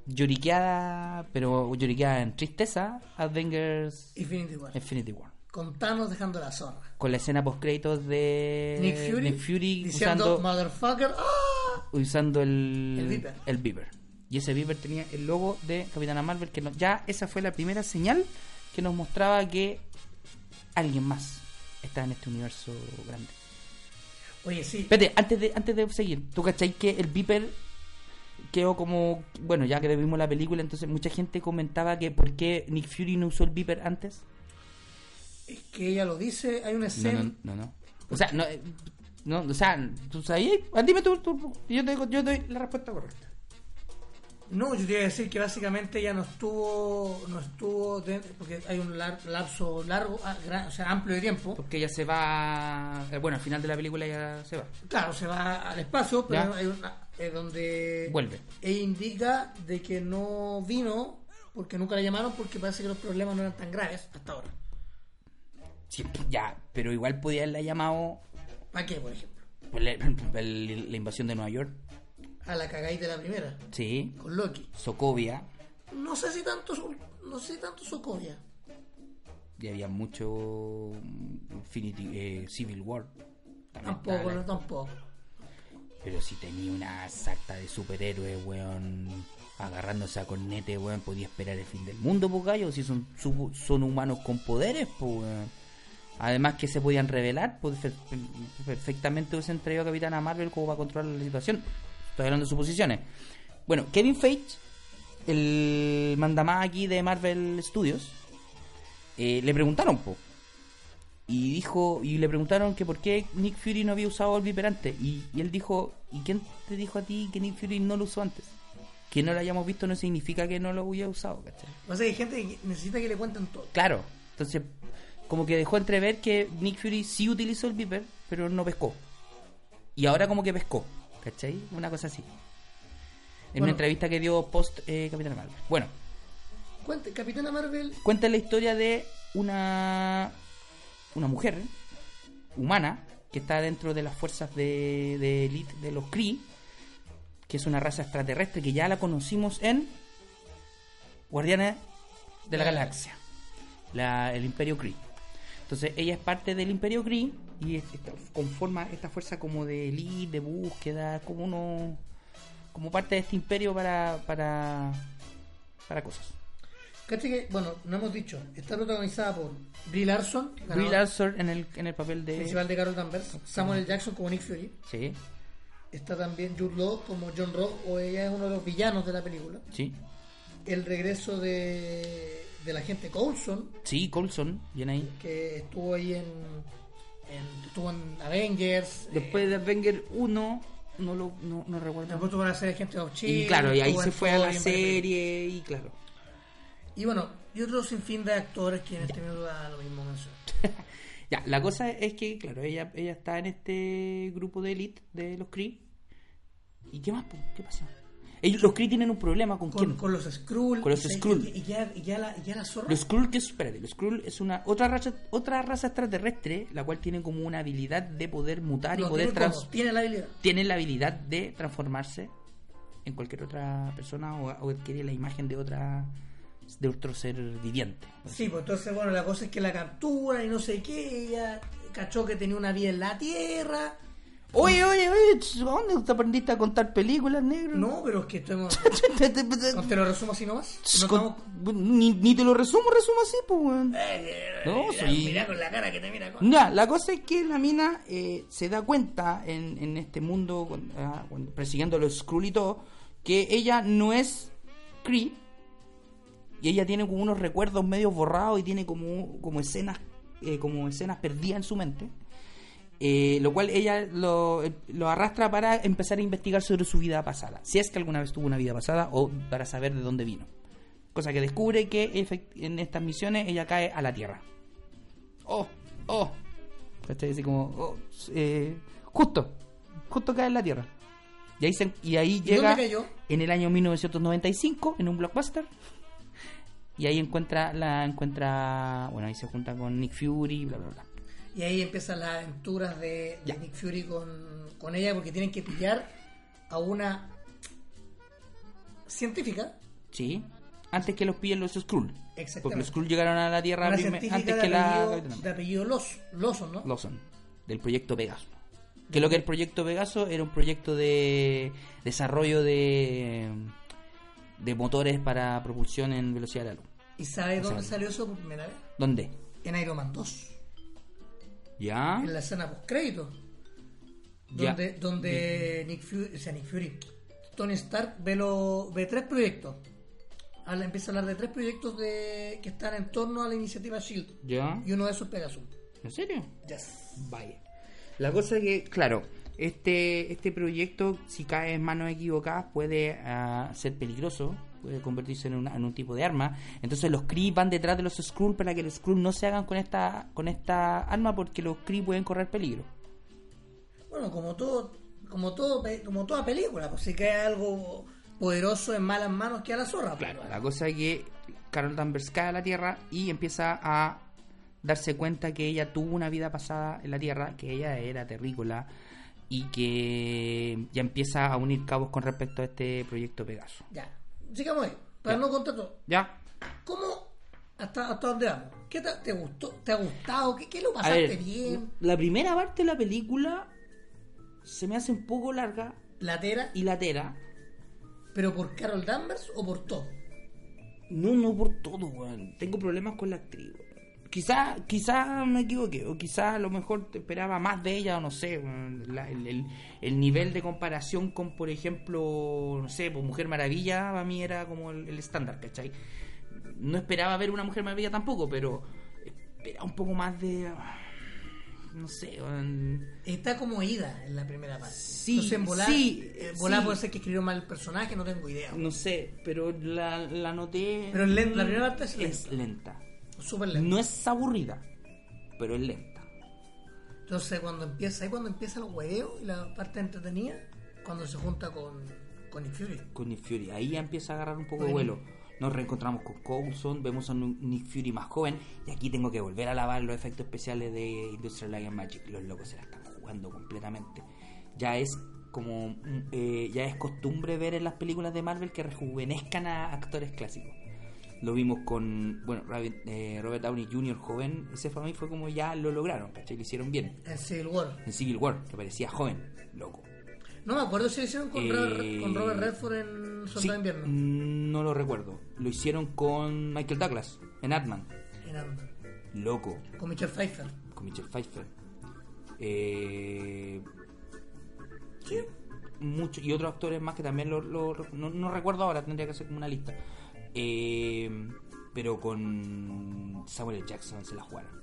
Speaker 1: lloriqueada, pero lloriqueada en tristeza, Avengers
Speaker 2: Infinity War.
Speaker 1: Infinity War.
Speaker 2: Con Thanos dejando la zorra.
Speaker 1: Con la escena post créditos de
Speaker 2: Nick Fury, diciendo
Speaker 1: Eh, usando
Speaker 2: motherfucker. ¡Ah!
Speaker 1: usando el
Speaker 2: El Viper.
Speaker 1: el Viper. Y ese Viper tenía el logo de Capitana Marvel que no- ya esa fue la primera señal que nos mostraba que alguien más está en este universo grande.
Speaker 2: Oye, sí.
Speaker 1: Espérate, antes de antes de seguir, ¿tú cachai que el Viper quedó como bueno, ya que vimos la película, entonces mucha gente comentaba que por qué Nick Fury no usó el Viper antes?
Speaker 2: Es que ella lo dice, hay una
Speaker 1: No,
Speaker 2: escena.
Speaker 1: no, no, no. O sea, no, eh, no, o sea, tú sabías. Ah, Dime tú, tú- yo, te, yo te doy la respuesta correcta.
Speaker 2: No, yo te iba a decir que básicamente ella no estuvo, no estuvo dentro, porque hay un lar- lapso largo, ah, gran- o sea, amplio de tiempo.
Speaker 1: Porque ella se va. eh, Bueno, al final de la película ya se va.
Speaker 2: Claro, se va al espacio, pero
Speaker 1: Ya.
Speaker 2: hay una, es donde
Speaker 1: Vuelve.
Speaker 2: e indica de que no vino porque nunca la llamaron porque parece que los problemas no eran tan graves hasta ahora.
Speaker 1: Sí, ya, pero igual podía haberla llamado
Speaker 2: ¿Para qué, por ejemplo?
Speaker 1: por la, el- la invasión de Nueva York.
Speaker 2: A la cagáis de la primera,
Speaker 1: Sí.
Speaker 2: con Loki.
Speaker 1: Sokovia.
Speaker 2: No sé si tanto, so- no sé si tanto Sokovia.
Speaker 1: Y había mucho. Infinity, eh, Civil War. También
Speaker 2: Tampoco,
Speaker 1: estaba
Speaker 2: no
Speaker 1: la-
Speaker 2: tampoco.
Speaker 1: Pero si tenía una sacta de superhéroes, weón. Agarrándose a cornete, weón. Podía esperar el fin del mundo, pues gallo. Si son, su- son humanos con poderes, pues weón. Además que se podían revelar, pues per- perfectamente hubiesen traído a Capitana Marvel como para controlar la situación. Estoy hablando de suposiciones. Bueno, Kevin Feige, el mandamás aquí de Marvel Studios, eh, le preguntaron, po, y dijo y le preguntaron que por qué Nick Fury no había usado el Viper antes y, y él dijo ¿y quién te dijo a ti que Nick Fury no lo usó antes? que no lo hayamos visto no significa que no lo hubiera usado ¿cachai?
Speaker 2: O sea, hay gente que necesita que le cuenten todo.
Speaker 1: claro entonces como que dejó entrever que Nick Fury sí utilizó el Viper pero no pescó y ahora como que pescó ¿cachai? una cosa así en una
Speaker 2: Bueno.
Speaker 1: entrevista que dio post eh, Capitán Marvel bueno
Speaker 2: Cuente, Capitana Marvel
Speaker 1: cuenta la historia de una una mujer humana que está dentro de las fuerzas de, de elite de los Kree, que es una raza extraterrestre que ya la conocimos en Guardianes de la Galaxia, la- el Imperio Kree. Entonces ella es parte del Imperio Kree y es- esta- conforma esta fuerza como de elite, de búsqueda, como uno como parte de este imperio para para para cosas.
Speaker 2: Caché que, bueno, no hemos dicho, está protagonizada por Brie Larson, ganador
Speaker 1: Brie Larson en el, en el papel de...
Speaker 2: principal de Carol Danvers, Samuel L. Jackson como Nick Fury,
Speaker 1: Sí,
Speaker 2: está también Jude Law como John Rock, o ella es uno de los villanos de la película,
Speaker 1: sí.
Speaker 2: el regreso de, de la gente Coulson,
Speaker 1: Sí, Coulson, viene ahí.
Speaker 2: que estuvo ahí en, en- estuvo en Avengers,
Speaker 1: Después de Avenger 1, no lo no, no
Speaker 2: eh,
Speaker 1: recuerdo.
Speaker 2: después tuvo la serie Agentes de Agente
Speaker 1: y claro, y ahí se fue a la serie y claro.
Speaker 2: Y bueno, y otro sinfín de actores que en este minuto da lo mismo mencionar.
Speaker 1: Ya, la cosa es que, claro, ella, ella está en este grupo de elite de los Kree. ¿Y qué más? po? ¿Qué pasa? Ellos, los Kree tienen un problema con,
Speaker 2: Con,
Speaker 1: quién.
Speaker 2: con los Skrull.
Speaker 1: Con los
Speaker 2: ¿sabes?
Speaker 1: Skrull.
Speaker 2: Y, y ya, y ya la, y ya la zorra.
Speaker 1: Los Skrull, que es, espérate, los Skrull es una otra raza, otra raza extraterrestre, la cual tiene como una habilidad de poder mutar y
Speaker 2: Lo
Speaker 1: poder
Speaker 2: tiene como-
Speaker 1: trans,
Speaker 2: tiene la habilidad.
Speaker 1: tienen la habilidad de transformarse en cualquier otra persona o, o adquirir la imagen de otra de otro ser viviente.
Speaker 2: Sí, pues entonces, bueno, la cosa es que la captura y no sé qué, ella cachó que tenía una vida en la tierra.
Speaker 1: Oye, oye, oye, ch- ¿a dónde te aprendiste a contar películas, negro?
Speaker 2: No, pero es que estamos... No, te lo resumo así nomás.
Speaker 1: Ch-
Speaker 2: No
Speaker 1: con-
Speaker 2: estamos...
Speaker 1: ni, ni te lo resumo, resumo así, pues.
Speaker 2: Eh,
Speaker 1: weón. No,
Speaker 2: Mira,
Speaker 1: soy-
Speaker 2: mira con la cara que te mira con...
Speaker 1: Ya, la cosa es que la mina eh, se da cuenta en, en este mundo, con- ah, cuando- persiguiendo a los Skrull y todo, que ella no es Kree, y ella tiene como unos recuerdos medio borrados y tiene como, como escenas eh, como escenas perdidas en su mente. Eh, lo cual ella lo, lo arrastra para empezar a investigar sobre su vida pasada. Si es que alguna vez tuvo una vida pasada o para saber de dónde vino. Cosa que descubre que efect- en estas misiones ella cae a la Tierra. ¡Oh! ¡Oh! ¿Cachai? Así como... oh, eh, justo. Justo cae en la Tierra. Y ahí, se- y ahí llega
Speaker 2: dónde cayó?
Speaker 1: en el año 1995 en un blockbuster. Y ahí encuentra, la encuentra, bueno, ahí se junta con Nick Fury, bla, bla, bla.
Speaker 2: Y ahí empiezan las aventuras de, de
Speaker 1: Ya.
Speaker 2: Nick Fury con, con ella porque tienen que pillar a una científica,
Speaker 1: Sí. Antes que los pillen los Skrull.
Speaker 2: Exactamente.
Speaker 1: Porque los Skrull llegaron a la Tierra
Speaker 2: una
Speaker 1: prime-
Speaker 2: científica
Speaker 1: antes
Speaker 2: de,
Speaker 1: que la
Speaker 2: apellido, de apellido Los- Lawson, ¿no?
Speaker 1: Lawson, del proyecto Pegaso. Que lo que el proyecto Pegaso era un proyecto de desarrollo de de motores para propulsión en velocidad de la luz.
Speaker 2: ¿Y sabe
Speaker 1: O sea,
Speaker 2: dónde salió eso por primera vez?
Speaker 1: ¿Dónde?
Speaker 2: En Iron Man 2,
Speaker 1: ¿Ya?
Speaker 2: en la escena post-crédito,
Speaker 1: ¿Ah? Ya.
Speaker 2: donde, donde Nick Fury, o sea, Nick Fury, Tony Stark ve, lo- ve tres proyectos. Habla, empieza a hablar de tres proyectos de, que están en torno a la iniciativa Shield.
Speaker 1: ¿Ya?
Speaker 2: E Y uno de esos es Pegasus.
Speaker 1: ¿En serio?
Speaker 2: Yes.
Speaker 1: Vaya. La cosa es que, claro, este, este proyecto, si cae en manos equivocadas, puede ah, ser peligroso, puede convertirse en, una- en un tipo de arma. Entonces los Kree van detrás de los Skrull para que los Skrull no se hagan con esta, con esta arma porque los Kree pueden correr peligro.
Speaker 2: Bueno, como todo, como todo, pe- como toda película, pues si cae algo poderoso en malas manos que a la zorra. pues,
Speaker 1: La cosa es que Carol Danvers cae a la Tierra y empieza a darse cuenta que ella tuvo una vida pasada en la Tierra, que ella era terrícola y que ya empieza a unir cabos con respecto a este proyecto Pegaso.
Speaker 2: Ya. Sigamos ahí. Para no contar todo.
Speaker 1: ¿Ya?
Speaker 2: ¿Cómo? ¿Hasta, hasta dónde vamos? ¿Qué te, te gustó? ¿Te ha gustado? ¿Qué, qué lo
Speaker 1: A
Speaker 2: pasaste
Speaker 1: ver,
Speaker 2: bien?
Speaker 1: la primera parte de la película se me hace un poco larga
Speaker 2: ¿Platera?
Speaker 1: y latera.
Speaker 2: ¿Pero por Carol Danvers o por todo?
Speaker 1: No, no por todo, weón. Tengo problemas con la actriz, weón. Quizá, quizá me equivoqué, o quizá a lo mejor te esperaba más de ella, o no sé, weón. La- el, el- el nivel de comparación con, por ejemplo, no sé, pues Mujer Maravilla para mí era como el el estándar, ¿cachai? No esperaba ver una Mujer Maravilla tampoco, pero esperaba un poco más de... No sé, weón.
Speaker 2: Está como ida en la primera parte.
Speaker 1: Sí,
Speaker 2: Entonces, en volar,
Speaker 1: sí,
Speaker 2: eh, volar
Speaker 1: sí.
Speaker 2: puede ser que escribieron mal el personaje, no tengo idea.
Speaker 1: No sé, pero la, la noté...
Speaker 2: Pero es lenta, la primera parte es
Speaker 1: lenta.
Speaker 2: Súper lento.
Speaker 1: No es aburrida, pero es lenta.
Speaker 2: Entonces cuando empieza, ahí cuando empieza los hueveos y la parte entretenida, cuando se junta con, con Nick Fury.
Speaker 1: con Nick Fury. Ahí ya empieza a agarrar un poco de
Speaker 2: Bueno.
Speaker 1: vuelo. Nos reencontramos con Coulson, vemos a un Nick Fury más joven. Y aquí tengo que volver a lavar los efectos especiales de Industrial Light and Magic. Los locos se la están jugando completamente. Ya es como. mm, eh, ya es costumbre ver en las películas de Marvel que rejuvenezcan a actores clásicos. Lo vimos con. Bueno, Robert, eh, Robert Downey Jr. joven. Ese para mí fue como ya lo lograron, ¿cachai? Lo hicieron bien.
Speaker 2: En Civil War.
Speaker 1: En Civil War, que parecía joven, loco.
Speaker 2: No me acuerdo si lo hicieron con,
Speaker 1: Eh,
Speaker 2: Robert, con Robert Redford en Soldado
Speaker 1: Sí,
Speaker 2: de Invierno.
Speaker 1: mm, No lo recuerdo. Lo hicieron con Michael Douglas en Atman.
Speaker 2: En Ant-Man.
Speaker 1: Loco,
Speaker 2: con Michelle Pfeiffer.
Speaker 1: con Michelle Pfeiffer. Eh, mucho- y otros actores más que también lo, lo- no, no recuerdo ahora, tendría que hacer como una lista. Eh, pero con Samuel L. Jackson se la jugaron.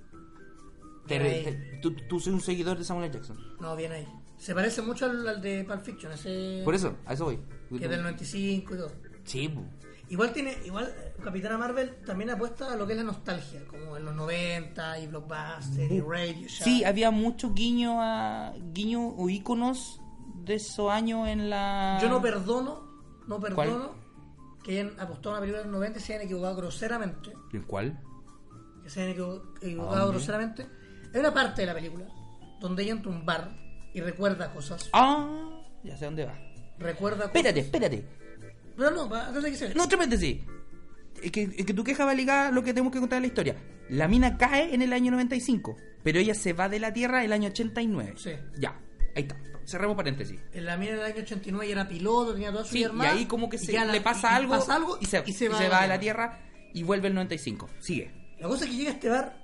Speaker 1: Te re-
Speaker 2: Ay.
Speaker 1: te- tú, tú soy un seguidor de Samuel L. Jackson.
Speaker 2: No, bien ahí. Se parece mucho al, al de Pulp Fiction, ese
Speaker 1: Por eso, a eso voy.
Speaker 2: que es del 95 y todo.
Speaker 1: Sí, bu.
Speaker 2: Igual tiene, igual eh, Capitana Marvel también apuesta a lo que es la nostalgia, como en los 90 y Blockbuster y Radio Shack.
Speaker 1: Sí, había mucho guiño a guiño o íconos de esos años en la
Speaker 2: Yo no perdono, no perdono que hayan apostado a una película del 90 y se hayan equivocado groseramente.
Speaker 1: ¿En cuál?
Speaker 2: Que se hayan equivo-
Speaker 1: ¿A
Speaker 2: equivocado
Speaker 1: dónde?
Speaker 2: groseramente. Hay una parte de la película donde ella entra a un bar y recuerda cosas.
Speaker 1: Ah, ya sé dónde va.
Speaker 2: Recuerda cosas.
Speaker 1: Espérate, espérate.
Speaker 2: Pero no, va, antes de que se
Speaker 1: No, tremendo, sí. Es que, es que tu queja va ligada a lo que tenemos que contar de la historia. La mina cae en el año 95, pero ella se va de la Tierra el año 89.
Speaker 2: Sí.
Speaker 1: Ya, ahí está. Cerremos paréntesis.
Speaker 2: En la mina del año 89 ella era piloto, tenía toda su
Speaker 1: Sí,
Speaker 2: vida
Speaker 1: y
Speaker 2: armada,
Speaker 1: ahí como que se,
Speaker 2: ya la-
Speaker 1: le pasa,
Speaker 2: y- y
Speaker 1: algo,
Speaker 2: pasa algo
Speaker 1: y se, y se va de la Tierra y vuelve el 95. Sigue.
Speaker 2: La cosa es que llega a este bar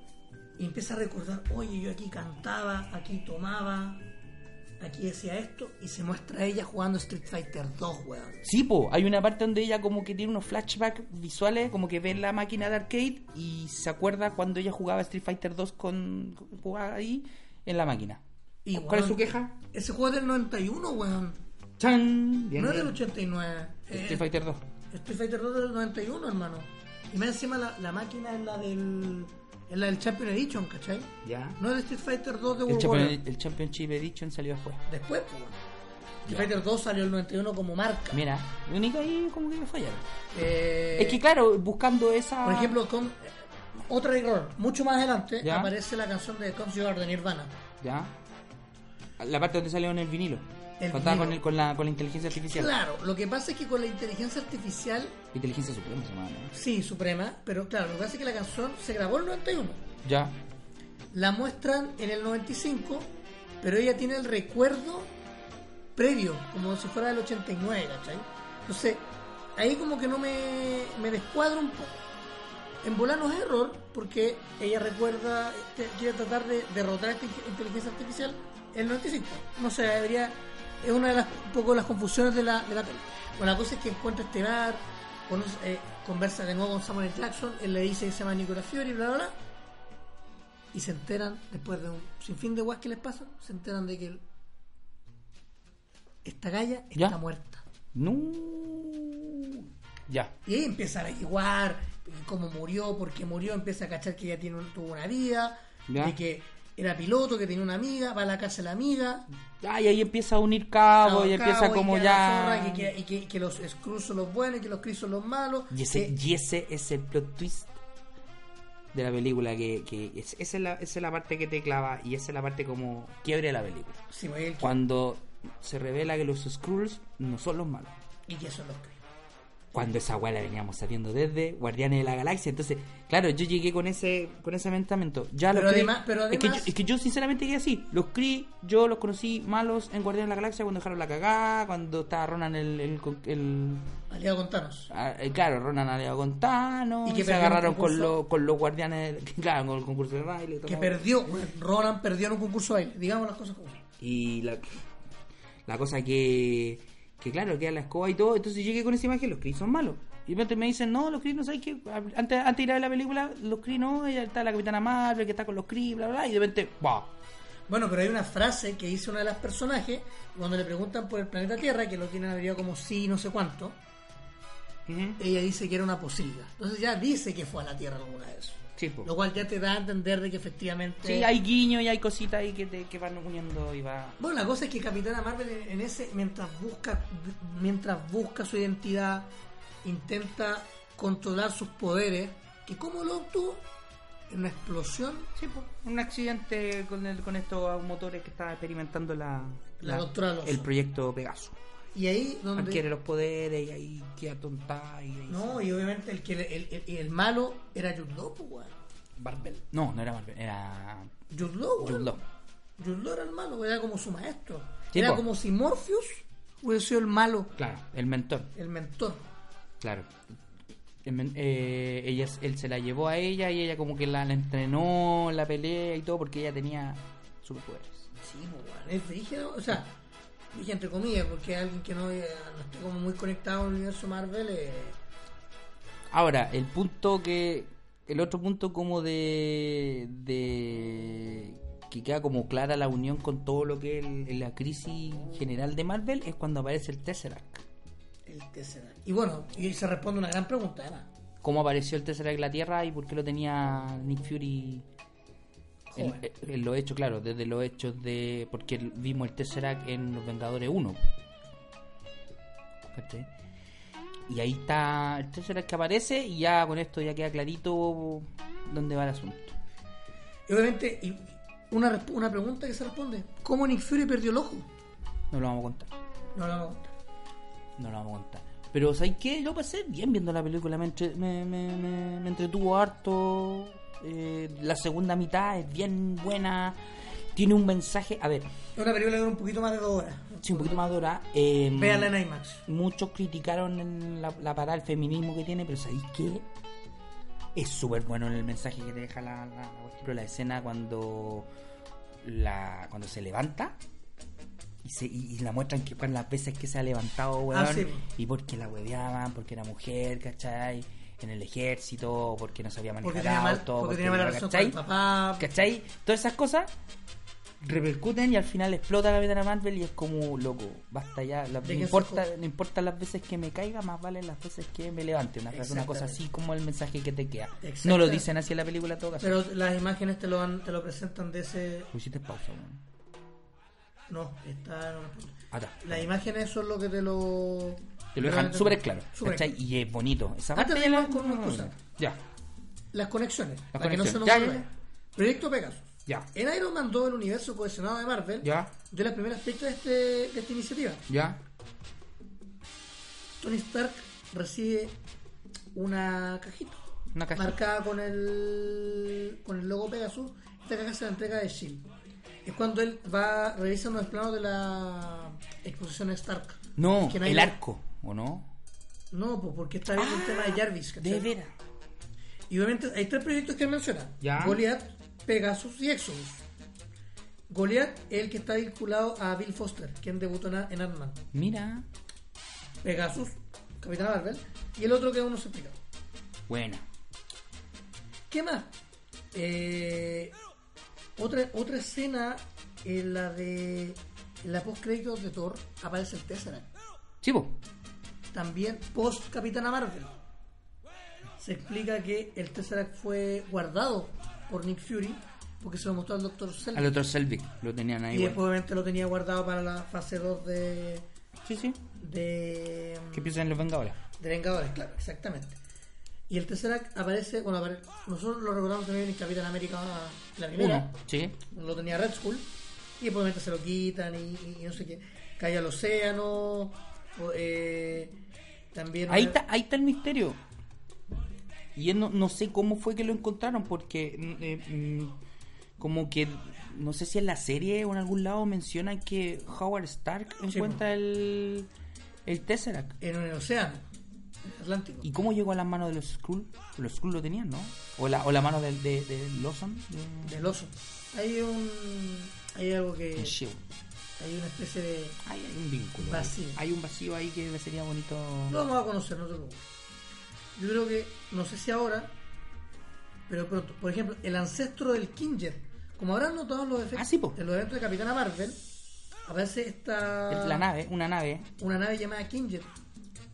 Speaker 2: y empieza a recordar, oye, yo aquí cantaba, aquí tomaba, aquí decía esto y se muestra ella jugando Street Fighter 2, weón.
Speaker 1: Sí, po, hay una parte donde ella como que tiene unos flashbacks visuales, como que ve la máquina de arcade y se acuerda cuando ella jugaba Street Fighter 2 con jugaba ahí en la máquina.
Speaker 2: Y,
Speaker 1: ¿Cuál
Speaker 2: weón,
Speaker 1: es su queja?
Speaker 2: Ese juego es del 91, weón.
Speaker 1: ¡Chan! Bien,
Speaker 2: no es
Speaker 1: bien.
Speaker 2: del 89. eh,
Speaker 1: Street Fighter 2.
Speaker 2: Street Fighter 2 del 91, hermano. Y más encima la, la máquina es la del. Es la del Champion Edition, ¿cachai?
Speaker 1: Ya.
Speaker 2: No es de Street Fighter 2 de
Speaker 1: El,
Speaker 2: World
Speaker 1: champion-
Speaker 2: Warrior.
Speaker 1: el Championship Edition salió después.
Speaker 2: Después, pues, weón.
Speaker 1: Ya.
Speaker 2: Street Fighter 2 salió el 91 como marca.
Speaker 1: Mira, lo único ahí como que fallaron.
Speaker 2: Eh,
Speaker 1: Es que claro, buscando esa...
Speaker 2: Por ejemplo, con otro error, mucho más adelante
Speaker 1: Ya.
Speaker 2: aparece la canción de Comes You Are de Nirvana.
Speaker 1: Ya. La parte donde salió en el vinilo.
Speaker 2: El
Speaker 1: Contaba
Speaker 2: vinilo.
Speaker 1: Con, el- con, la, con la inteligencia artificial.
Speaker 2: Claro, lo que pasa es que con la inteligencia artificial,
Speaker 1: Inteligencia suprema se llamaba, ¿no?
Speaker 2: sí, suprema, pero claro, lo que pasa es que la canción se grabó en el 91.
Speaker 1: Ya.
Speaker 2: La muestran en el 95, pero ella tiene el recuerdo previo, como si fuera del 89, ¿cachai? Entonces, ahí como que no me, me descuadro un poco. En volar no es error, porque ella recuerda, te- quiere tratar de derrotar a esta inte- inteligencia artificial en el 95. No sé, debería. Es una de las un poco las confusiones de la, de la peli. Bueno, la cosa es que encuentra este bar, conoce- eh, conversa de nuevo con Samuel L. Jackson, él le dice que se llama Nicolas Fiori, bla, bla, bla. Y se enteran, después de un sinfín de guas que les pasan, se enteran de que el- esta galla
Speaker 1: ¿Ya?
Speaker 2: está muerta.
Speaker 1: No. Ya.
Speaker 2: Y ahí empieza a averiguar eh, cómo murió, por qué murió, empieza a cachar que ella tiene un- tuvo una vida,
Speaker 1: Ya.
Speaker 2: de que era piloto, que tenía una amiga, va a la casa de la amiga,
Speaker 1: Ah, y ahí empieza a unir cabos Ah, y
Speaker 2: ahorcado,
Speaker 1: empieza como
Speaker 2: que era la
Speaker 1: ya.
Speaker 2: zorra, que, que- y que- que los Skrulls son los buenos y que los Chris son los malos. Eh,
Speaker 1: Y ese,
Speaker 2: que-
Speaker 1: y ese es el plot twist de la película que, que es- esa, es la, esa es la parte que te clava y esa es la parte como quiebre de la película.
Speaker 2: sí, pues, el-
Speaker 1: Cuando se revela que los Skrulls no son los malos.
Speaker 2: y que son los Chris.
Speaker 1: Cuando esa weá la veníamos sabiendo desde Guardianes de la Galaxia. Entonces, claro, yo llegué con ese con ese mentamento. Ya los
Speaker 2: Pero
Speaker 1: Kree-
Speaker 2: además- pero
Speaker 1: es, que yo,
Speaker 2: además-
Speaker 1: es que yo sinceramente llegué así. Los Kree, yo los conocí malos en Guardianes de la Galaxia cuando dejaron la cagada, cuando estaba Ronan el, el, el-
Speaker 2: Aliado con Thanos.
Speaker 1: Ah, eh, claro, Ronan aliado con Thanos,
Speaker 2: Y que
Speaker 1: y se
Speaker 2: perdió el
Speaker 1: agarraron con,
Speaker 2: concurso.
Speaker 1: los con los guardianes, claro, con el concurso de baile y todo.
Speaker 2: Que perdió, bueno, Ronan perdió en un concurso de baile, digamos las cosas como son.
Speaker 1: Y la, la cosa que, que, claro, queda la escoba y todo. Entonces llegué con esa imagen, los Kree son malos. Y de repente me dicen, no, los Kree no sabes que antes, antes de ir a ver la película, los Kree no, ella está la capitana Marvel que está con los Kree, bla, bla, bla, y de repente, ¡buah!
Speaker 2: Bueno, pero hay una frase que dice una de las personajes cuando le preguntan por el planeta Tierra, que lo tienen averiguado como sí, no sé cuánto.
Speaker 1: Ujú.
Speaker 2: Ella dice que era una posilga. Entonces ya dice que fue a la Tierra alguna vez.
Speaker 1: Sí, po.
Speaker 2: Lo cual ya te da a entender de que efectivamente.
Speaker 1: Sí, hay guiño y hay cositas ahí que, te, que van uniendo y va.
Speaker 2: Bueno, la cosa es que Capitana Marvel en en ese, mientras busca, mientras busca su identidad, intenta controlar sus poderes, que cómo lo obtuvo en una explosión
Speaker 1: Sí, po. un accidente con, el, con estos motores que estaba experimentando la,
Speaker 2: La doctora Alonso.
Speaker 1: el proyecto Pegaso.
Speaker 2: y ahí donde
Speaker 1: Adquiere los poderes y ahí queda tonta y ahí
Speaker 2: no y obviamente el que el, el- el- el malo era Jude Law, pues, weón.
Speaker 1: Marvel. No, no era Marvel, era
Speaker 2: Jude Law, weón.
Speaker 1: Jude Law.
Speaker 2: Jude Law era el malo, era como su maestro.
Speaker 1: Sí,
Speaker 2: era
Speaker 1: po.
Speaker 2: como si Morpheus hubiese sido el malo,
Speaker 1: Claro, el mentor.
Speaker 2: el mentor.
Speaker 1: Claro. El men- eh, ella, él se la llevó a ella y ella como que la, la entrenó en la pelea y todo porque ella tenía superpoderes.
Speaker 2: Sí, po, weón, es brígido, o sea, dije entre comillas, porque alguien que no, eh, no esté como muy conectado al universo Marvel eh,
Speaker 1: Ahora, el punto que... El otro punto como de... de que queda como clara la unión con todo lo que es el- la crisis general de Marvel es cuando aparece el Tesseract.
Speaker 2: el Tesseract. Y bueno, y se responde una gran pregunta, además.
Speaker 1: cómo apareció el Tesseract en la Tierra y por qué lo tenía Nick Fury en, eh,
Speaker 2: Joven.
Speaker 1: en los hechos, claro, desde los hechos de... porque vimos el Tesseract en Los Vengadores 1. ¿Cachai? Y ahí está el Tesseract que aparece y ya con esto ya queda clarito dónde va el asunto.
Speaker 2: Y obviamente, y una, resp- una pregunta que se responde, ¿cómo Nick Fury perdió el ojo?
Speaker 1: No lo vamos a contar.
Speaker 2: No lo vamos a contar.
Speaker 1: No lo vamos a contar. Pero ¿sabes qué? Yo pasé bien viendo la película, me, entre- me, me- me- me entretuvo harto. Eh, la segunda mitad es bien buena. Tiene un mensaje. A ver,
Speaker 2: Es una película que dura un poquito más de dos horas.
Speaker 1: sí, un poquito más dura. Eh,
Speaker 2: Véanla en IMAX.
Speaker 1: Muchos criticaron en la, la parada el feminismo que tiene, pero ¿sabéis qué? Es súper bueno el mensaje que te deja la, la, por ejemplo, la escena cuando la cuando se levanta Y, se, y, y la muestran que con las veces que se ha levantado, weón.
Speaker 2: Ah, sí.
Speaker 1: Y porque la hueveaban, porque era mujer, ¿cachai? En el ejército, porque no sabía manejar
Speaker 2: Porque tenía, mal,
Speaker 1: auto,
Speaker 2: porque tenía mala
Speaker 1: no-
Speaker 2: relación con
Speaker 1: ¿cachai?
Speaker 2: el papá.
Speaker 1: ¿Cachai? Todas esas cosas repercuten y al final explota la Capitana Marvel y es como, loco, basta ya. la- no,
Speaker 2: ¿De qué
Speaker 1: importa,
Speaker 2: se jod-
Speaker 1: no importa las veces que me caiga, más vale las veces que me levante. Una, frase, una cosa así
Speaker 2: Exactamente.
Speaker 1: como el mensaje que te queda. No lo
Speaker 2: Exactamente.
Speaker 1: dicen así en la película en todo caso.
Speaker 2: Pero las imágenes te lo, dan- te lo presentan de ese.
Speaker 1: Pusiste pausa, weón.
Speaker 2: No, está. no, no.
Speaker 1: Ah, está.
Speaker 2: Las imágenes son lo que te lo.
Speaker 1: Te lo dejan
Speaker 2: realmente-
Speaker 1: súper claro.
Speaker 2: súper
Speaker 1: ¿cachai?
Speaker 2: claro.
Speaker 1: Y es bonito. Esa
Speaker 2: Antes
Speaker 1: parte
Speaker 2: de
Speaker 1: ya
Speaker 2: ir con una cosa.
Speaker 1: Ya,
Speaker 2: Las conexiones.
Speaker 1: Las
Speaker 2: para que no se
Speaker 1: conexiones.
Speaker 2: nos
Speaker 1: Ya,
Speaker 2: olvide.
Speaker 1: ya,
Speaker 2: Proyecto Pegasus.
Speaker 1: ya,
Speaker 2: En Iron Man 2, el universo cohesionado de Marvel,
Speaker 1: ya,
Speaker 2: de las primeras fechas de, este- de esta iniciativa,
Speaker 1: ya.
Speaker 2: Tony Stark recibe una cajita
Speaker 1: Una caja.
Speaker 2: marcada con el con el logo Pegasus. Esta caja se la entrega de Shield. E Es cuando él va revisando los planos de la exposición Stark.
Speaker 1: No,
Speaker 2: Es que no hay
Speaker 1: el
Speaker 2: nada.
Speaker 1: arco, ¿o no?
Speaker 2: No, pues porque está viendo el tema de Jarvis. ¿cachai?
Speaker 1: De veras.
Speaker 2: Y obviamente hay tres proyectos que él menciona.
Speaker 1: Ya.
Speaker 2: Goliath, Pegasus y Exodus. Goliath es el que está vinculado a Bill Foster, quien debutó en en Ant-Man.
Speaker 1: Mira,
Speaker 2: Pegasus, Capitán Marvel. Y el otro que aún no se explica.
Speaker 1: buena.
Speaker 2: ¿Qué más? Eh, otra, otra escena en la de... En la post-créditos de Thor aparece el Tesseract.
Speaker 1: Chivo,
Speaker 2: También post-Capitana Marvel. Se explica que el Tesseract fue guardado por Nick Fury porque se lo mostró al Doctor Selby.
Speaker 1: al otro Selvig lo tenían
Speaker 2: Y
Speaker 1: ahí. Ah, igual.
Speaker 2: después obviamente lo tenía guardado para la fase 2 de...
Speaker 1: Sí, sí.
Speaker 2: De...
Speaker 1: ¿Qué piensan los Vengadores?
Speaker 2: De Vengadores, claro, exactamente. Y el Tesseract aparece... Bueno, apare- nosotros lo recordamos también en Capitán América, la primera.
Speaker 1: Uno, sí.
Speaker 2: lo tenía Red Skull y obviamente se lo quitan y, y- y no sé qué cae al océano o, eh, también
Speaker 1: Ahí está, ahí está el misterio. Y él no, no sé cómo fue que lo encontraron, porque mm, eh, mm, como que, no sé si en la serie o en algún lado mencionan que Howard Stark encuentra el, el Tesseract.
Speaker 2: en el océano Atlántico
Speaker 1: ¿Y cómo llegó a las manos de los Skrull? Los Skrull lo tenían, ¿no? O la, o la mano del- de, de, Lawson. de-
Speaker 2: del oso hay un hay algo que
Speaker 1: de Shield.
Speaker 2: hay una especie de
Speaker 1: Ahí hay un vínculo.
Speaker 2: Vacío.
Speaker 1: Hay un vacío ahí que sería bonito.
Speaker 2: lo vamos a conocer no te preocupes yo creo que no sé si ahora pero pronto por ejemplo el ancestro del Kinger como habrán notado en los efectos
Speaker 1: Ah, sí, po.
Speaker 2: en los eventos de Capitana Marvel aparece esta
Speaker 1: La nave, una nave,
Speaker 2: una nave llamada Kinger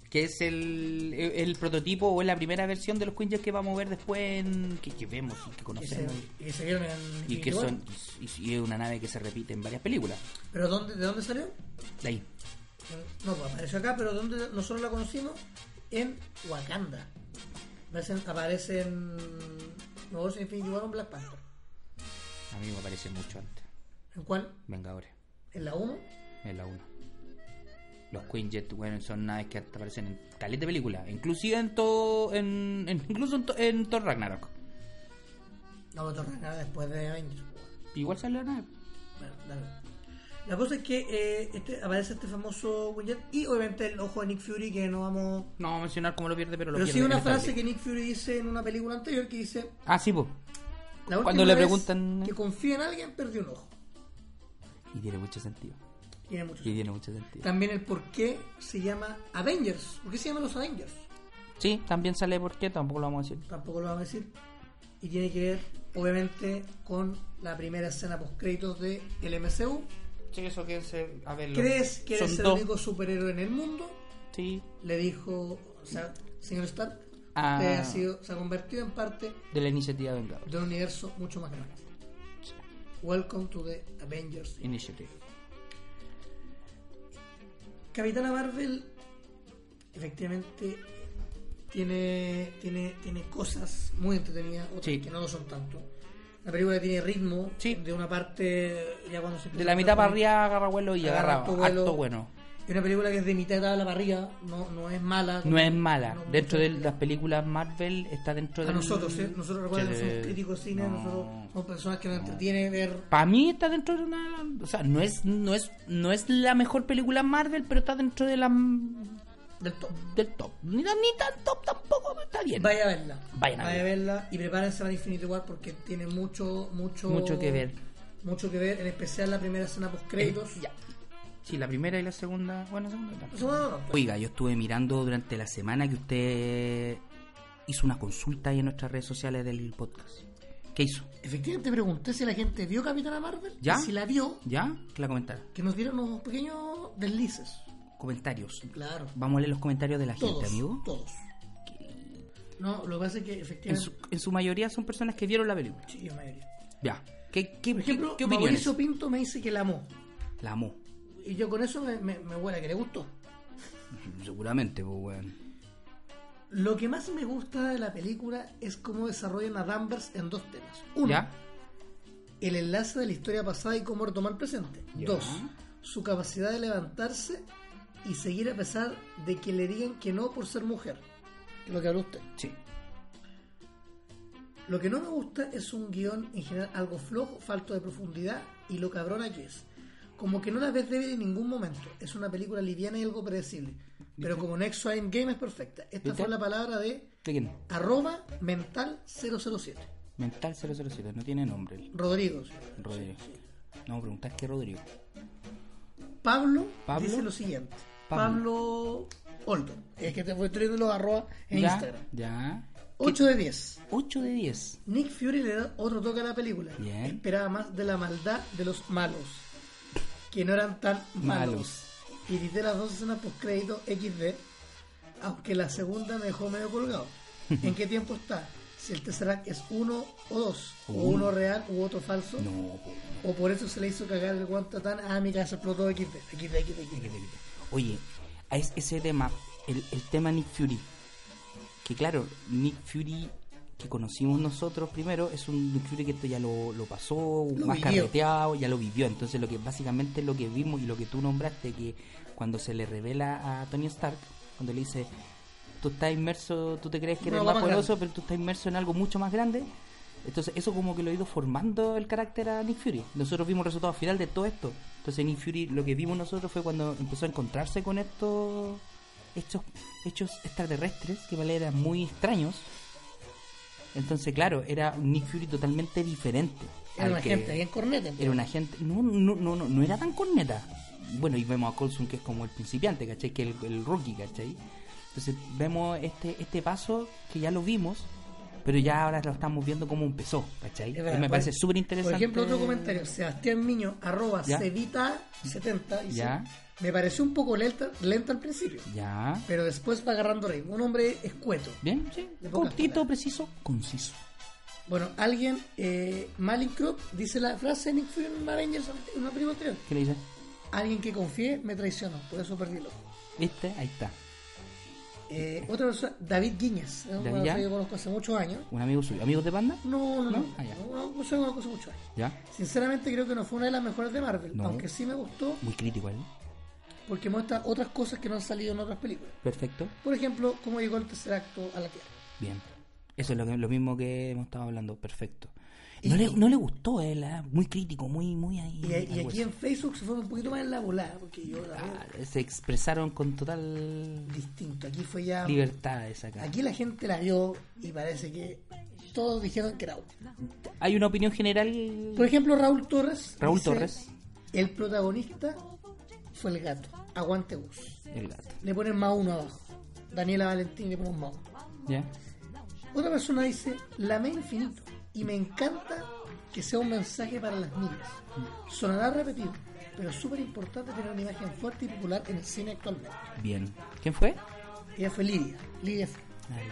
Speaker 1: que es el, el, el prototipo o es la primera versión de los Quinjet que vamos a ver después en, que, que vemos y que
Speaker 2: que se,
Speaker 1: conocemos.
Speaker 2: que se vieron en
Speaker 1: Y
Speaker 2: en
Speaker 1: que
Speaker 2: War.
Speaker 1: son y, y es una nave que se repite en varias películas.
Speaker 2: ¿Pero dónde, de dónde salió?
Speaker 1: De ahí.
Speaker 2: No, pues apareció acá, pero ¿dónde nosotros la conocimos? En Wakanda. Aparecen, aparecen no sé si en Infinity War o en Black Panther.
Speaker 1: A mí me aparece mucho antes.
Speaker 2: ¿En cuál?
Speaker 1: Vengadores.
Speaker 2: ¿En la 1?
Speaker 1: Es la 1. Los Quinjet, bueno, son naves que hasta aparecen en caleta de películas. Inclusive en todo. En, en- incluso en, to- en Thor Ragnarok.
Speaker 2: No, lo tornan nada después de Avengers.
Speaker 1: Igual sale la nave.
Speaker 2: Bueno, dale. La cosa es que eh, este, aparece este famoso widget y obviamente el ojo de Nick Fury que no vamos...
Speaker 1: No vamos a mencionar cómo lo pierde, pero lo
Speaker 2: Pero
Speaker 1: pierde.
Speaker 2: sí una
Speaker 1: inevitable.
Speaker 2: frase que Nick Fury dice en una película anterior que dice...
Speaker 1: Ah, sí, pues.
Speaker 2: "La última
Speaker 1: Cuando le
Speaker 2: vez
Speaker 1: preguntan- ¿eh?
Speaker 2: Que confía en alguien, perdió un ojo.
Speaker 1: Y tiene mucho sentido.
Speaker 2: Tiene mucho
Speaker 1: Y tiene mucho sentido.
Speaker 2: También el por qué se llama Avengers. ¿Por qué se llaman los Avengers?
Speaker 1: Sí, también sale porque tampoco lo vamos a decir.
Speaker 2: Tampoco lo vamos a decir. Y tiene que ver, obviamente, con la primera escena post-créditos de el MCU.
Speaker 1: Sí, eso que se. A verlo.
Speaker 2: ¿Crees que eres
Speaker 1: Son
Speaker 2: el
Speaker 1: dos.
Speaker 2: único superhéroe en el mundo?
Speaker 1: Sí.
Speaker 2: Le dijo, o sea, señor Stark,
Speaker 1: Ah.
Speaker 2: usted ha sido, se ha convertido en parte
Speaker 1: De la iniciativa Vengadores.
Speaker 2: de un universo mucho más grande. Welcome to the Avengers.
Speaker 1: Initiative.
Speaker 2: Capitana Marvel efectivamente tiene, tiene, tiene cosas muy entretenidas, otras
Speaker 1: Sí.
Speaker 2: que no lo son tanto. La película tiene ritmo
Speaker 1: Sí.
Speaker 2: de una parte ya cuando se
Speaker 1: De la mitad para arriba agarra vuelo y agarra
Speaker 2: Agarra
Speaker 1: harto,
Speaker 2: harto vuelo.
Speaker 1: bueno.
Speaker 2: Es una película que es de mitad de tabla para arriba, no, no es mala.
Speaker 1: No es mala.
Speaker 2: No,
Speaker 1: dentro
Speaker 2: no
Speaker 1: de
Speaker 2: es mala.
Speaker 1: las películas Marvel está dentro
Speaker 2: A
Speaker 1: de.
Speaker 2: nosotros, ¿eh? nosotros recuerden, que somos críticos de cine, nosotros somos personas que nos entretiene ver.
Speaker 1: Para mí está dentro de una. O sea, no es, no es, no es la mejor película Marvel, pero está dentro de la
Speaker 2: Del top.
Speaker 1: del top. Ni, tan- ni tan top tampoco, pero está bien.
Speaker 2: Vaya a verla.
Speaker 1: Vayan a
Speaker 2: a verla y prepárense para Infinity War porque tiene mucho, mucho,
Speaker 1: Mucho que ver.
Speaker 2: Mucho que ver, en especial la primera escena post créditos.
Speaker 1: Ya. Sí, la primera y la segunda. Bueno, la segunda también.
Speaker 2: No, no, no.
Speaker 1: Oiga, yo estuve mirando durante la semana que usted hizo una consulta ahí en nuestras redes sociales del podcast. ¿Qué hizo?
Speaker 2: Efectivamente pregunté si la gente vio Capitana Marvel.
Speaker 1: ¿Ya?
Speaker 2: y Si la vio,
Speaker 1: ¿Ya? Que la comentara.
Speaker 2: que nos dieron unos pequeños deslices.
Speaker 1: Comentarios.
Speaker 2: Claro.
Speaker 1: Vamos a leer los comentarios de la
Speaker 2: Todos,
Speaker 1: gente, amigo.
Speaker 2: todos. No, lo que pasa es que
Speaker 1: En
Speaker 2: efectivamente...
Speaker 1: su, en su mayoría son personas que vieron la película.
Speaker 2: Sí, la mayoría.
Speaker 1: Ya. ¿Qué, qué,
Speaker 2: Por ejemplo,
Speaker 1: qué, qué opiniones?
Speaker 2: Mauricio Pinto me dice que la amó.
Speaker 1: La amó.
Speaker 2: Y yo con eso me, me, me huele a que le gustó.
Speaker 1: Seguramente, pues, weón.
Speaker 2: Lo que más me gusta de la película es cómo desarrollan a Danvers en dos temas. Uno,
Speaker 1: ¿Ya?
Speaker 2: el enlace de la historia pasada y cómo retomar el presente.
Speaker 1: Ya.
Speaker 2: Dos, su capacidad de levantarse y seguir a pesar de que le digan que no por ser mujer. Que es Lo que habló usted.
Speaker 1: Sí.
Speaker 2: Lo que no me gusta es un guión en general algo flojo, falto de profundidad y lo cabrona que es. Como que no la ves débil en ningún momento. Es una película liviana y algo predecible. Pero como Nexo a Game es perfecta. Esta
Speaker 1: ¿Viste?
Speaker 2: fue la palabra de
Speaker 1: ¿De quién?
Speaker 2: arroba mental 007.
Speaker 1: Mental 007. No tiene nombre. el
Speaker 2: Rodrigo.
Speaker 1: Rodrigo. No, preguntás qué Rodrigo.
Speaker 2: Pablo,
Speaker 1: Pablo.
Speaker 2: dice lo siguiente.
Speaker 1: Pablo.
Speaker 2: Pablo, Oldo. Es que te fue trayendo los arroba en
Speaker 1: ¿Ya?
Speaker 2: Instagram.
Speaker 1: ¿Ya?
Speaker 2: 8 de 10.
Speaker 1: 8 de 10.
Speaker 2: Nick Fury le da otro toque a la película.
Speaker 1: Bien.
Speaker 2: Esperaba más de la maldad de los malos, que no eran tan
Speaker 1: Malos.
Speaker 2: malos. Y Edité las dos escenas post crédito XD, aunque la segunda me dejó medio colgado. ¿En qué tiempo está? Si el Tesseract es uno o dos, o
Speaker 1: Uno.
Speaker 2: uno real u otro falso,
Speaker 1: No, pues. po.
Speaker 2: o por eso se le hizo cagar el guante tan ah, mi casa explotó XD, XD, XD,
Speaker 1: Qué terrible. Oye, a es- ese tema, el, el tema Nick Fury. Que claro, Nick Fury que conocimos nosotros primero es un Nick Fury que esto ya lo, lo pasó,
Speaker 2: Lo
Speaker 1: más
Speaker 2: vivió.
Speaker 1: carreteado, ya lo vivió. Entonces, lo que básicamente lo que vimos y lo que tú nombraste, que cuando se le revela a Tony Stark, cuando le dice, tú estás inmerso, tú te crees que eres
Speaker 2: No,
Speaker 1: más
Speaker 2: más
Speaker 1: poderoso, pero tú estás inmerso en algo mucho más grande. Entonces, eso como que lo ha ido formando el carácter a Nick Fury. Nosotros vimos el resultado final de todo esto. Entonces, Nick Fury, lo que vimos nosotros fue cuando empezó a encontrarse con estos hechos, hechos extraterrestres que para él eran muy extraños. Entonces, claro, era un Nick Fury totalmente diferente.
Speaker 2: Era
Speaker 1: al
Speaker 2: una
Speaker 1: que-
Speaker 2: gente bien corneta.
Speaker 1: era una gente. No, no, no, no, no era tan corneta. Bueno, y vemos a Colson que es como el principiante, ¿cachai? Que el, el rookie, ¿cachai? Entonces vemos este, este paso que ya lo vimos, pero ya ahora lo estamos viendo cómo empezó, ¿cachai? Eh,
Speaker 2: Es verdad,
Speaker 1: me
Speaker 2: por-
Speaker 1: parece súper interesante.
Speaker 2: Por ejemplo, otro comentario, Sebastián Miño, arroba
Speaker 1: Ya.
Speaker 2: cevita70, dice,
Speaker 1: Ya.
Speaker 2: me pareció un poco lenta, lenta al principio,
Speaker 1: Ya.
Speaker 2: pero después va agarrando ritmo. Un hombre escueto.
Speaker 1: Bien, sí.
Speaker 2: De pocas
Speaker 1: Cortito,
Speaker 2: palabras.
Speaker 1: preciso, conciso.
Speaker 2: Bueno, alguien, eh, Malincrop, dice la frase de Nick Fury en Avengers, en una película anterior.
Speaker 1: ¿Qué le dices?
Speaker 2: Alguien que confié me traicionó, por eso perdí el ojo.
Speaker 1: ¿Viste? Este, Ahí está.
Speaker 2: Eh, otra persona, David Guiñez, es un
Speaker 1: David,
Speaker 2: jugador
Speaker 1: ¿ya?
Speaker 2: que yo conozco hace muchos años.
Speaker 1: Un amigo suyo. ¿Amigos de banda?
Speaker 2: No, no, no,
Speaker 1: ¿No?
Speaker 2: no,
Speaker 1: Ah, ya.
Speaker 2: no, no, yo conozco hace muchos años.
Speaker 1: Ya.
Speaker 2: Sinceramente creo que no fue una de las mejores de Marvel,
Speaker 1: No.
Speaker 2: aunque sí me gustó
Speaker 1: Muy crítico, ¿eh?
Speaker 2: porque muestra otras cosas que no han salido en otras películas.
Speaker 1: Perfecto.
Speaker 2: Por ejemplo, cómo llegó el tercer acto a la Tierra.
Speaker 1: Bien. Eso es lo, que- lo mismo que hemos estado hablando. Perfecto. No, le, no le gustó, eh, la- muy crítico, muy, muy ahí.
Speaker 2: Y, y
Speaker 1: algo
Speaker 2: aquí
Speaker 1: así.
Speaker 2: en Facebook se fue un poquito más en la volada, porque yo la
Speaker 1: Ah,
Speaker 2: verdad,
Speaker 1: se expresaron con total
Speaker 2: distinto. Aquí fue ya.
Speaker 1: libertad esa cara.
Speaker 2: Aquí la gente la vio y parece que todos dijeron que era buena.
Speaker 1: Hay una opinión general.
Speaker 2: Por ejemplo, Raúl Torres.
Speaker 1: Raúl Torres.
Speaker 2: El protagonista fue el gato. Aguante Gus.
Speaker 1: El gato.
Speaker 2: Le ponen más uno abajo. Daniela Valentín le ponen más uno.
Speaker 1: ¿Ya?
Speaker 2: Otra persona dice, la amé infinito y me encanta que sea un mensaje para las niñas.
Speaker 1: Mm.
Speaker 2: Sonará repetido, pero es súper importante tener una imagen fuerte y popular en el cine actualmente.
Speaker 1: Bien. ¿Quién fue?
Speaker 2: Ella fue Lidia, Lidia fue.
Speaker 1: Ahí.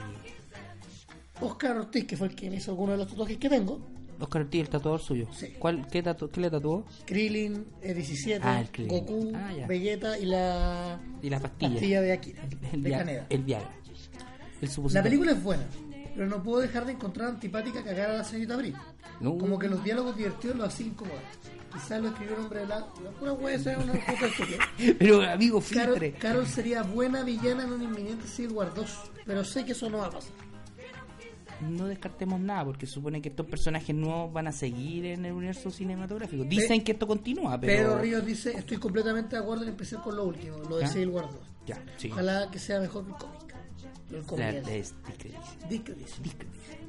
Speaker 2: Oscar Ortiz, que fue el que me hizo alguno de los tatuajes que tengo,
Speaker 1: Oscar Ortiz, el tatuador suyo.
Speaker 2: Sí.
Speaker 1: ¿Cuál, qué, tatu- qué le tatuó?
Speaker 2: Krillin, eh, 17,
Speaker 1: Ah, el Krillin.
Speaker 2: Goku,
Speaker 1: Ah, ya.
Speaker 2: Vegeta y la
Speaker 1: Y la pastilla.
Speaker 2: pastilla de Akira,
Speaker 1: El,
Speaker 2: de
Speaker 1: Via-
Speaker 2: Caneda.
Speaker 1: el Viagra. El
Speaker 2: La
Speaker 1: supositorio.
Speaker 2: película es buena, pero no puedo dejar de encontrar antipática cagar a la señorita Brie.
Speaker 1: No.
Speaker 2: Como que los diálogos divertidos lo hacen incómodo. Quizás lo escribió un hombre blanco. Una hueá esa es una puta estúpida.
Speaker 1: Pero, amigo, filtre.
Speaker 2: Carol, Carol sería buena villana en un inminente Civil War 2, pero sé que eso no va a pasar.
Speaker 1: no descartemos nada, porque supone que estos personajes nuevos van a seguir en el universo cinematográfico. Dicen
Speaker 2: Pe-
Speaker 1: que esto continúa, pero.
Speaker 2: Pedro Ríos dice, estoy completamente de acuerdo en empezar con lo último, lo de
Speaker 1: ¿Ya?
Speaker 2: Civil War 2.
Speaker 1: Ya, sí.
Speaker 2: Ojalá que sea mejor que el cómic. El cómic
Speaker 1: La-
Speaker 2: es-
Speaker 1: la- es- discreción.
Speaker 2: Dick Grayson.
Speaker 1: Discreción.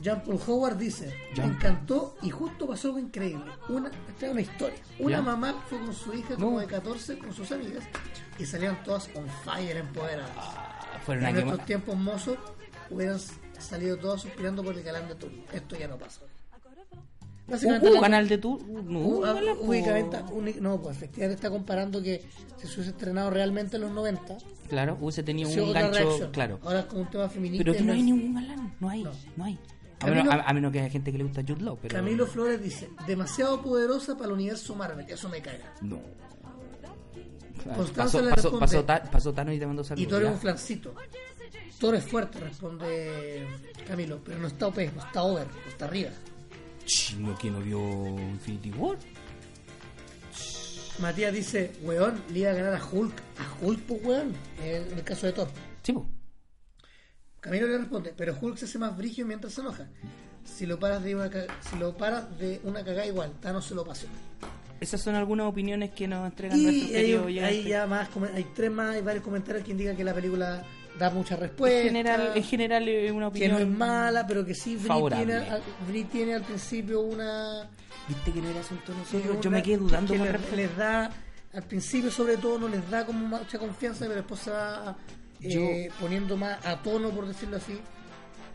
Speaker 2: Jean-Paul Howard dice, me
Speaker 1: Jean-
Speaker 2: encantó y justo pasó algo increíble. Una, esta es una historia. Una
Speaker 1: Ya.
Speaker 2: mamá fue con su hija como
Speaker 1: No.
Speaker 2: de 14 con sus amigas y salían todas on fire empoderadas.
Speaker 1: Ah, fueron a
Speaker 2: en
Speaker 1: quemar.
Speaker 2: nuestros tiempos mozos hubieran salido todos suspirando por el galán de turno. Esto ya no pasa. Básicamente
Speaker 1: ¿Hubo
Speaker 2: la-
Speaker 1: Uh, canal de tu? No,
Speaker 2: Uh, ah,
Speaker 1: hola, po.
Speaker 2: únicamente- uni- no, pues efectivamente está comparando que si se hubiese estrenado realmente en los 90,
Speaker 1: Claro, hubiese tenido
Speaker 2: hubiese
Speaker 1: un
Speaker 2: uh. otra reacción.
Speaker 1: gancho. Claro.
Speaker 2: Ahora es como un tema feminista.
Speaker 1: Pero
Speaker 2: y
Speaker 1: aquí no hay
Speaker 2: es-
Speaker 1: ningún galán, no hay,
Speaker 2: No.
Speaker 1: no, hay. A
Speaker 2: Camilo-
Speaker 1: menos, a- a menos que haya gente que le gusta Jude Law, pero...
Speaker 2: Camilo Flores dice, demasiado poderosa para el universo Marvel, eso me caga.
Speaker 1: No.
Speaker 2: Constanza
Speaker 1: Pasó,
Speaker 2: Pues le
Speaker 1: pasó,
Speaker 2: responde-
Speaker 1: pasó, Ta- pasó Thanos y te mandó saludos.
Speaker 2: Y tú eres
Speaker 1: ya.
Speaker 2: un flancito. Tú eres fuerte, responde Camilo, pero no está OP, no está over, no está arriba.
Speaker 1: Ch, no, ¿Quién no vio Infinity War?
Speaker 2: Matías dice, weón, le iba a ganar a Hulk. A Hulk, pues weón, en el caso de Thor.
Speaker 1: Sí, po.
Speaker 2: Camilo le responde, pero Hulk se hace más brígido mientras se enoja. Si lo paras de una, ca- si lo paras de una cagada igual, Thanos se lo pasó.
Speaker 1: Esas son algunas opiniones que nos entregan nuestros
Speaker 2: Y hay,
Speaker 1: queridos
Speaker 2: hay
Speaker 1: oyentes.
Speaker 2: ya más, comen- hay tres más, hay varios comentarios que indican que la película da muchas respuestas.
Speaker 1: En general, en general es una
Speaker 2: que
Speaker 1: opinión...
Speaker 2: no es mala, pero que sí Brie
Speaker 1: Favorable.
Speaker 2: tiene, al, Brie tiene al principio una,
Speaker 1: ¿Viste que no era asunto de nosotros?
Speaker 2: una-
Speaker 1: Yo me quedé dudando
Speaker 2: que
Speaker 1: con
Speaker 2: les,
Speaker 1: respecto.
Speaker 2: les da al principio sobre todo no les da como mucha confianza, pero después se va eh, poniendo más a tono por decirlo así.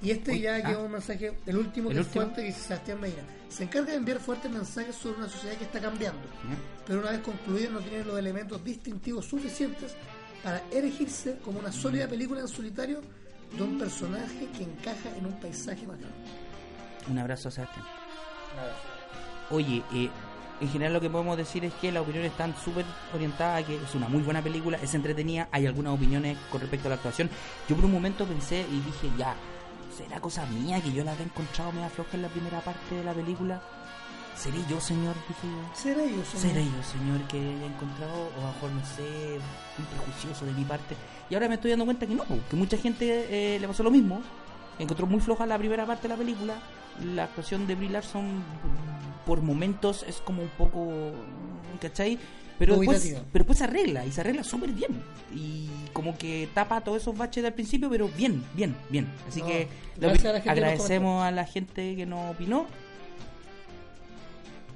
Speaker 2: Y este
Speaker 1: Uy,
Speaker 2: ya
Speaker 1: ah.
Speaker 2: que es un mensaje, el último
Speaker 1: ¿El
Speaker 2: que es
Speaker 1: último?
Speaker 2: fuerte que dice Sebastián Medina. Se encarga de enviar fuertes mensajes sobre una sociedad que está cambiando,
Speaker 1: ¿Ya?
Speaker 2: pero una vez concluida no tiene los elementos distintivos suficientes para erigirse como una sólida película en solitario de un personaje que encaja en un paisaje macabro.
Speaker 1: Un abrazo a Sebastián. Oye, eh, en general lo que podemos decir es que las opiniones están súper orientadas a que es una muy buena película, es entretenida, hay algunas opiniones con respecto a la actuación. Yo por un momento pensé y dije, ya, ¿será cosa mía que yo la había encontrado media floja en la primera parte de la película? ¿Seré yo, señor? Dije yo.
Speaker 2: ¿Será ellos?
Speaker 1: ¿Seré yo, señor, que haya encontrado? O a lo mejor, no sé, un prejuicioso de mi parte. Y ahora me estoy dando cuenta que no, que mucha gente eh, le pasó lo mismo. Encontró muy floja la primera parte de la película. La actuación de Brie Larson por momentos es como un poco... ¿Cachai? Pero después,
Speaker 2: Dubitativa.
Speaker 1: pero después se arregla y se arregla súper bien. Y como que tapa todos esos baches del principio, pero bien, bien, bien. Así
Speaker 2: No,
Speaker 1: que la
Speaker 2: gracias a
Speaker 1: opi-
Speaker 2: la gente que nos
Speaker 1: agradecemos a la gente que nos opinó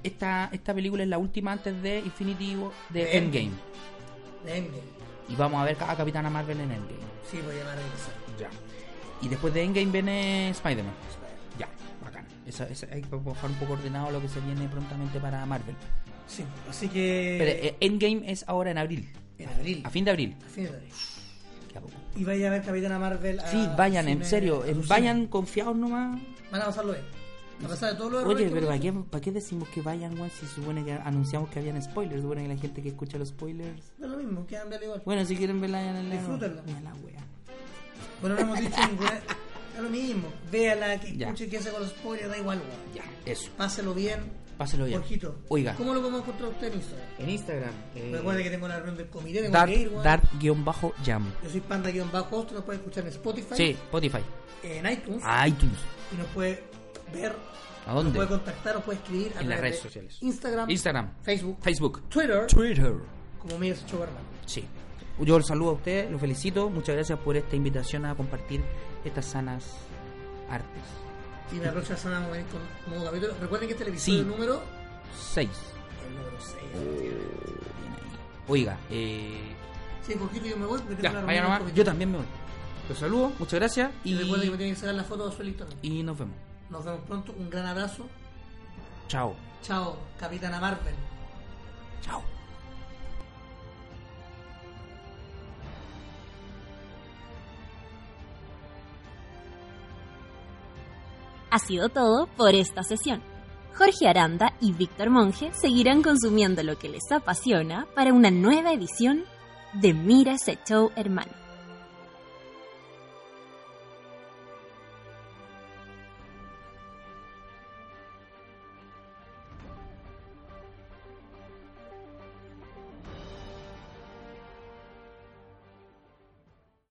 Speaker 1: esta, esta película es la última antes de Infinity War, de
Speaker 2: Endgame.
Speaker 1: Endgame.
Speaker 2: De Endgame.
Speaker 1: Y vamos a ver a Capitana Marvel en Endgame.
Speaker 2: Sí, voy a llamar a regresar.
Speaker 1: Ya. Y después de Endgame viene Spider-Man. Ya, bacán. Eso, eso, hay que bajar un poco ordenado lo que se viene prontamente para Marvel.
Speaker 2: Sí, así que.
Speaker 1: Pero eh, Endgame es ahora en abril.
Speaker 2: en abril.
Speaker 1: A fin de abril.
Speaker 2: A fin de abril.
Speaker 1: Queda poco.
Speaker 2: Y vayan a ver Capitana Marvel. A
Speaker 1: Ah, Sí, vayan, en
Speaker 2: cine-
Speaker 1: serio.
Speaker 2: a
Speaker 1: eh,
Speaker 2: su
Speaker 1: vayan confiados nomás.
Speaker 2: cine. Van a pasarlo bien. A pesar de todo lo
Speaker 1: Oye, pero ¿para qué, para qué decimos que vayan, weón, si supone que anunciamos que habían spoilers? Supone que la gente que escucha los spoilers...
Speaker 2: Es lo mismo, quedan bien igual.
Speaker 1: Bueno, si quieren verla en el
Speaker 2: Disfrútenla.
Speaker 1: la wea.
Speaker 2: Bueno, no hemos dicho ninguna. Es lo mismo. Véala, que
Speaker 1: Ya.
Speaker 2: escuche, que hace con los spoilers, da igual, weón.
Speaker 1: Ya, eso.
Speaker 2: Páselo bien.
Speaker 1: Páselo bien.
Speaker 2: Jorgito.
Speaker 1: Oiga,
Speaker 2: ¿Cómo lo podemos encontrar usted en Instagram?
Speaker 3: En Instagram. eh,
Speaker 2: Recuerde que tengo la reunión del comité, tengo que ir, weón.
Speaker 1: Dart-Jam.
Speaker 2: Yo soy panda-host, nos puede escuchar en Spotify,
Speaker 1: Sí, Spotify.
Speaker 2: en iTunes,
Speaker 1: iTunes.
Speaker 2: y nos puede ver,
Speaker 1: ¿A
Speaker 2: nos puede
Speaker 1: dónde?
Speaker 2: contactar, nos puede escribir a
Speaker 1: En las
Speaker 2: través
Speaker 1: redes
Speaker 2: de
Speaker 1: sociales.
Speaker 2: Instagram,
Speaker 1: Instagram.
Speaker 2: Facebook,
Speaker 1: Facebook.
Speaker 2: Twitter,
Speaker 1: Twitter.
Speaker 2: como Mirs Choberman.
Speaker 1: Sí. Yo los saludo a ustedes, los felicito. Muchas gracias por esta invitación a compartir estas sanas artes.
Speaker 2: Y la próxima semana vamos a venir con un nuevo capítulo. Recuerden que este es el
Speaker 1: Sí.
Speaker 2: episodio número.
Speaker 1: 6.
Speaker 2: El número 6.
Speaker 1: Oh. Oiga, eh.
Speaker 2: Sí, poquito yo me voy porque tengo
Speaker 1: Ya,
Speaker 2: una
Speaker 1: vaya
Speaker 2: reunión
Speaker 1: nomás.
Speaker 2: con mi-
Speaker 1: Yo también me voy. Los saludo, muchas gracias.
Speaker 2: Y recuerden que me
Speaker 1: Y,
Speaker 2: tienen que sacar la foto de su electorado.
Speaker 1: y nos vemos.
Speaker 2: Nos vemos pronto. Un gran abrazo.
Speaker 1: Chao.
Speaker 2: Chao, Capitana Marvel.
Speaker 1: Chao.
Speaker 4: Ha sido todo por esta sesión. Jorge Aranda y Víctor Monge seguirán consumiendo lo que les apasiona para una nueva edición de Mira ese show, hermano.